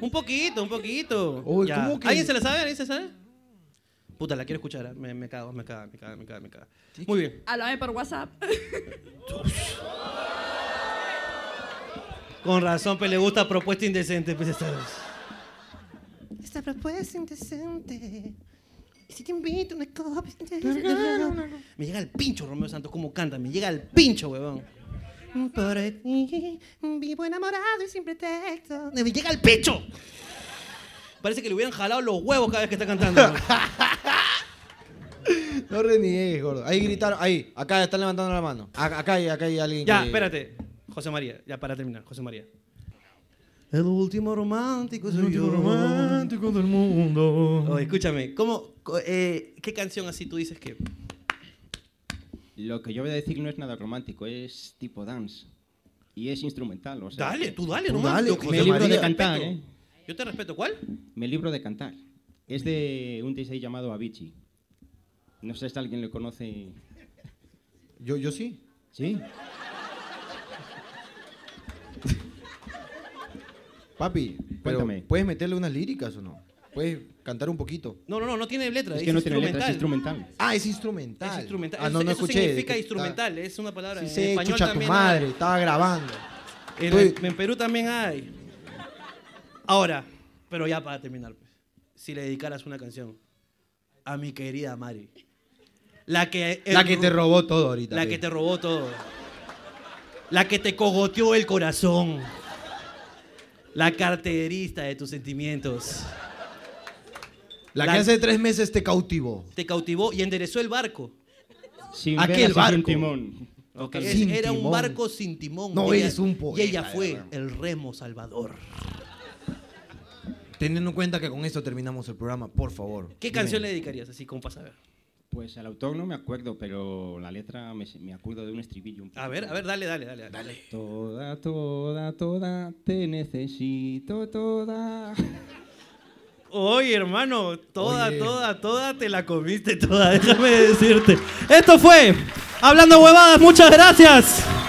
Un poquito, un poquito. Uy, Ya. ¿cómo que- ¿Alguien se la sabe? ¿Alguien se la sabe? Puta, la quiero escuchar. ¿eh? Me, me cago, me cago, me cago, me cago, me cago. Muy bien. Háblame por WhatsApp. Con razón, pues le gusta propuesta indecente. Pues, esta vez. Esta propuesta es indecente. Y si te invito una copa, Me llega el pincho Romeo Santos, como canta. Me llega el pincho, huevón. Por ti vivo enamorado y sin pretexto. Me llega el pecho. Parece que le hubieran jalado los huevos cada vez que está cantando. No reniegues, gordo. Ahí gritaron, ahí. Acá están levantando la mano. A- acá hay, acá hay alguien. ya, que- espérate. José María, ya para terminar, José María. El último romántico soy yo. romántico del mundo. Oye, escúchame, ¿cómo, co- eh, ¿qué canción así tú dices que... Lo que yo voy a decir no es nada romántico, es tipo dance. Y es instrumental, o sea. Dale, tú dale, nomás. Lo que- me José libro María. de cantar, Respeto. ¿eh? Yo te respeto, ¿cuál? Me libro de cantar. Es de un DJ llamado Avicii. No sé si alguien le conoce. Yo, yo sí. ¿Sí? Papi, pero Cuéntame. ¿puedes meterle unas líricas o no? ¿Puedes cantar un poquito? No, no, no, no tiene letra. Es que no tiene letra, es instrumental. Ah, es instrumental. Es instrumental. Ah, Eso- no, no eso escuché. significa que instrumental, es una palabra Sí, en sé, español chucha tu también. madre, hay. estaba grabando. En, Estoy- en Perú también hay. Ahora, pero ya para terminar, pues, si le dedicaras una canción a mi querida Mari, la que el La que te ru- robó todo ahorita. la pe. que te robó todo, la que te cogoteó el corazón, la carterista de tus sentimientos, La la- que hace tres meses te cautivó. te cautivó y enderezó el barco. Sin Aquel velas y sin barco. timón. Es- Sin era un timón. barco sin timón. No, y eres un poeta, Y ella de fue verdad. el remo salvador. Teniendo en cuenta que con esto terminamos el programa, por favor. ¿Qué canción le dedicarías así como para saber? Pues al autor no me acuerdo, pero la letra me, me acuerdo de un estribillo. un A ver, a ver, dale, dale, dale. Dale. Toda, toda, toda, te necesito toda. Oye, hermano, toda, toda, toda te la comiste toda, déjame decirte. Esto fue Hablando Huevadas, muchas gracias.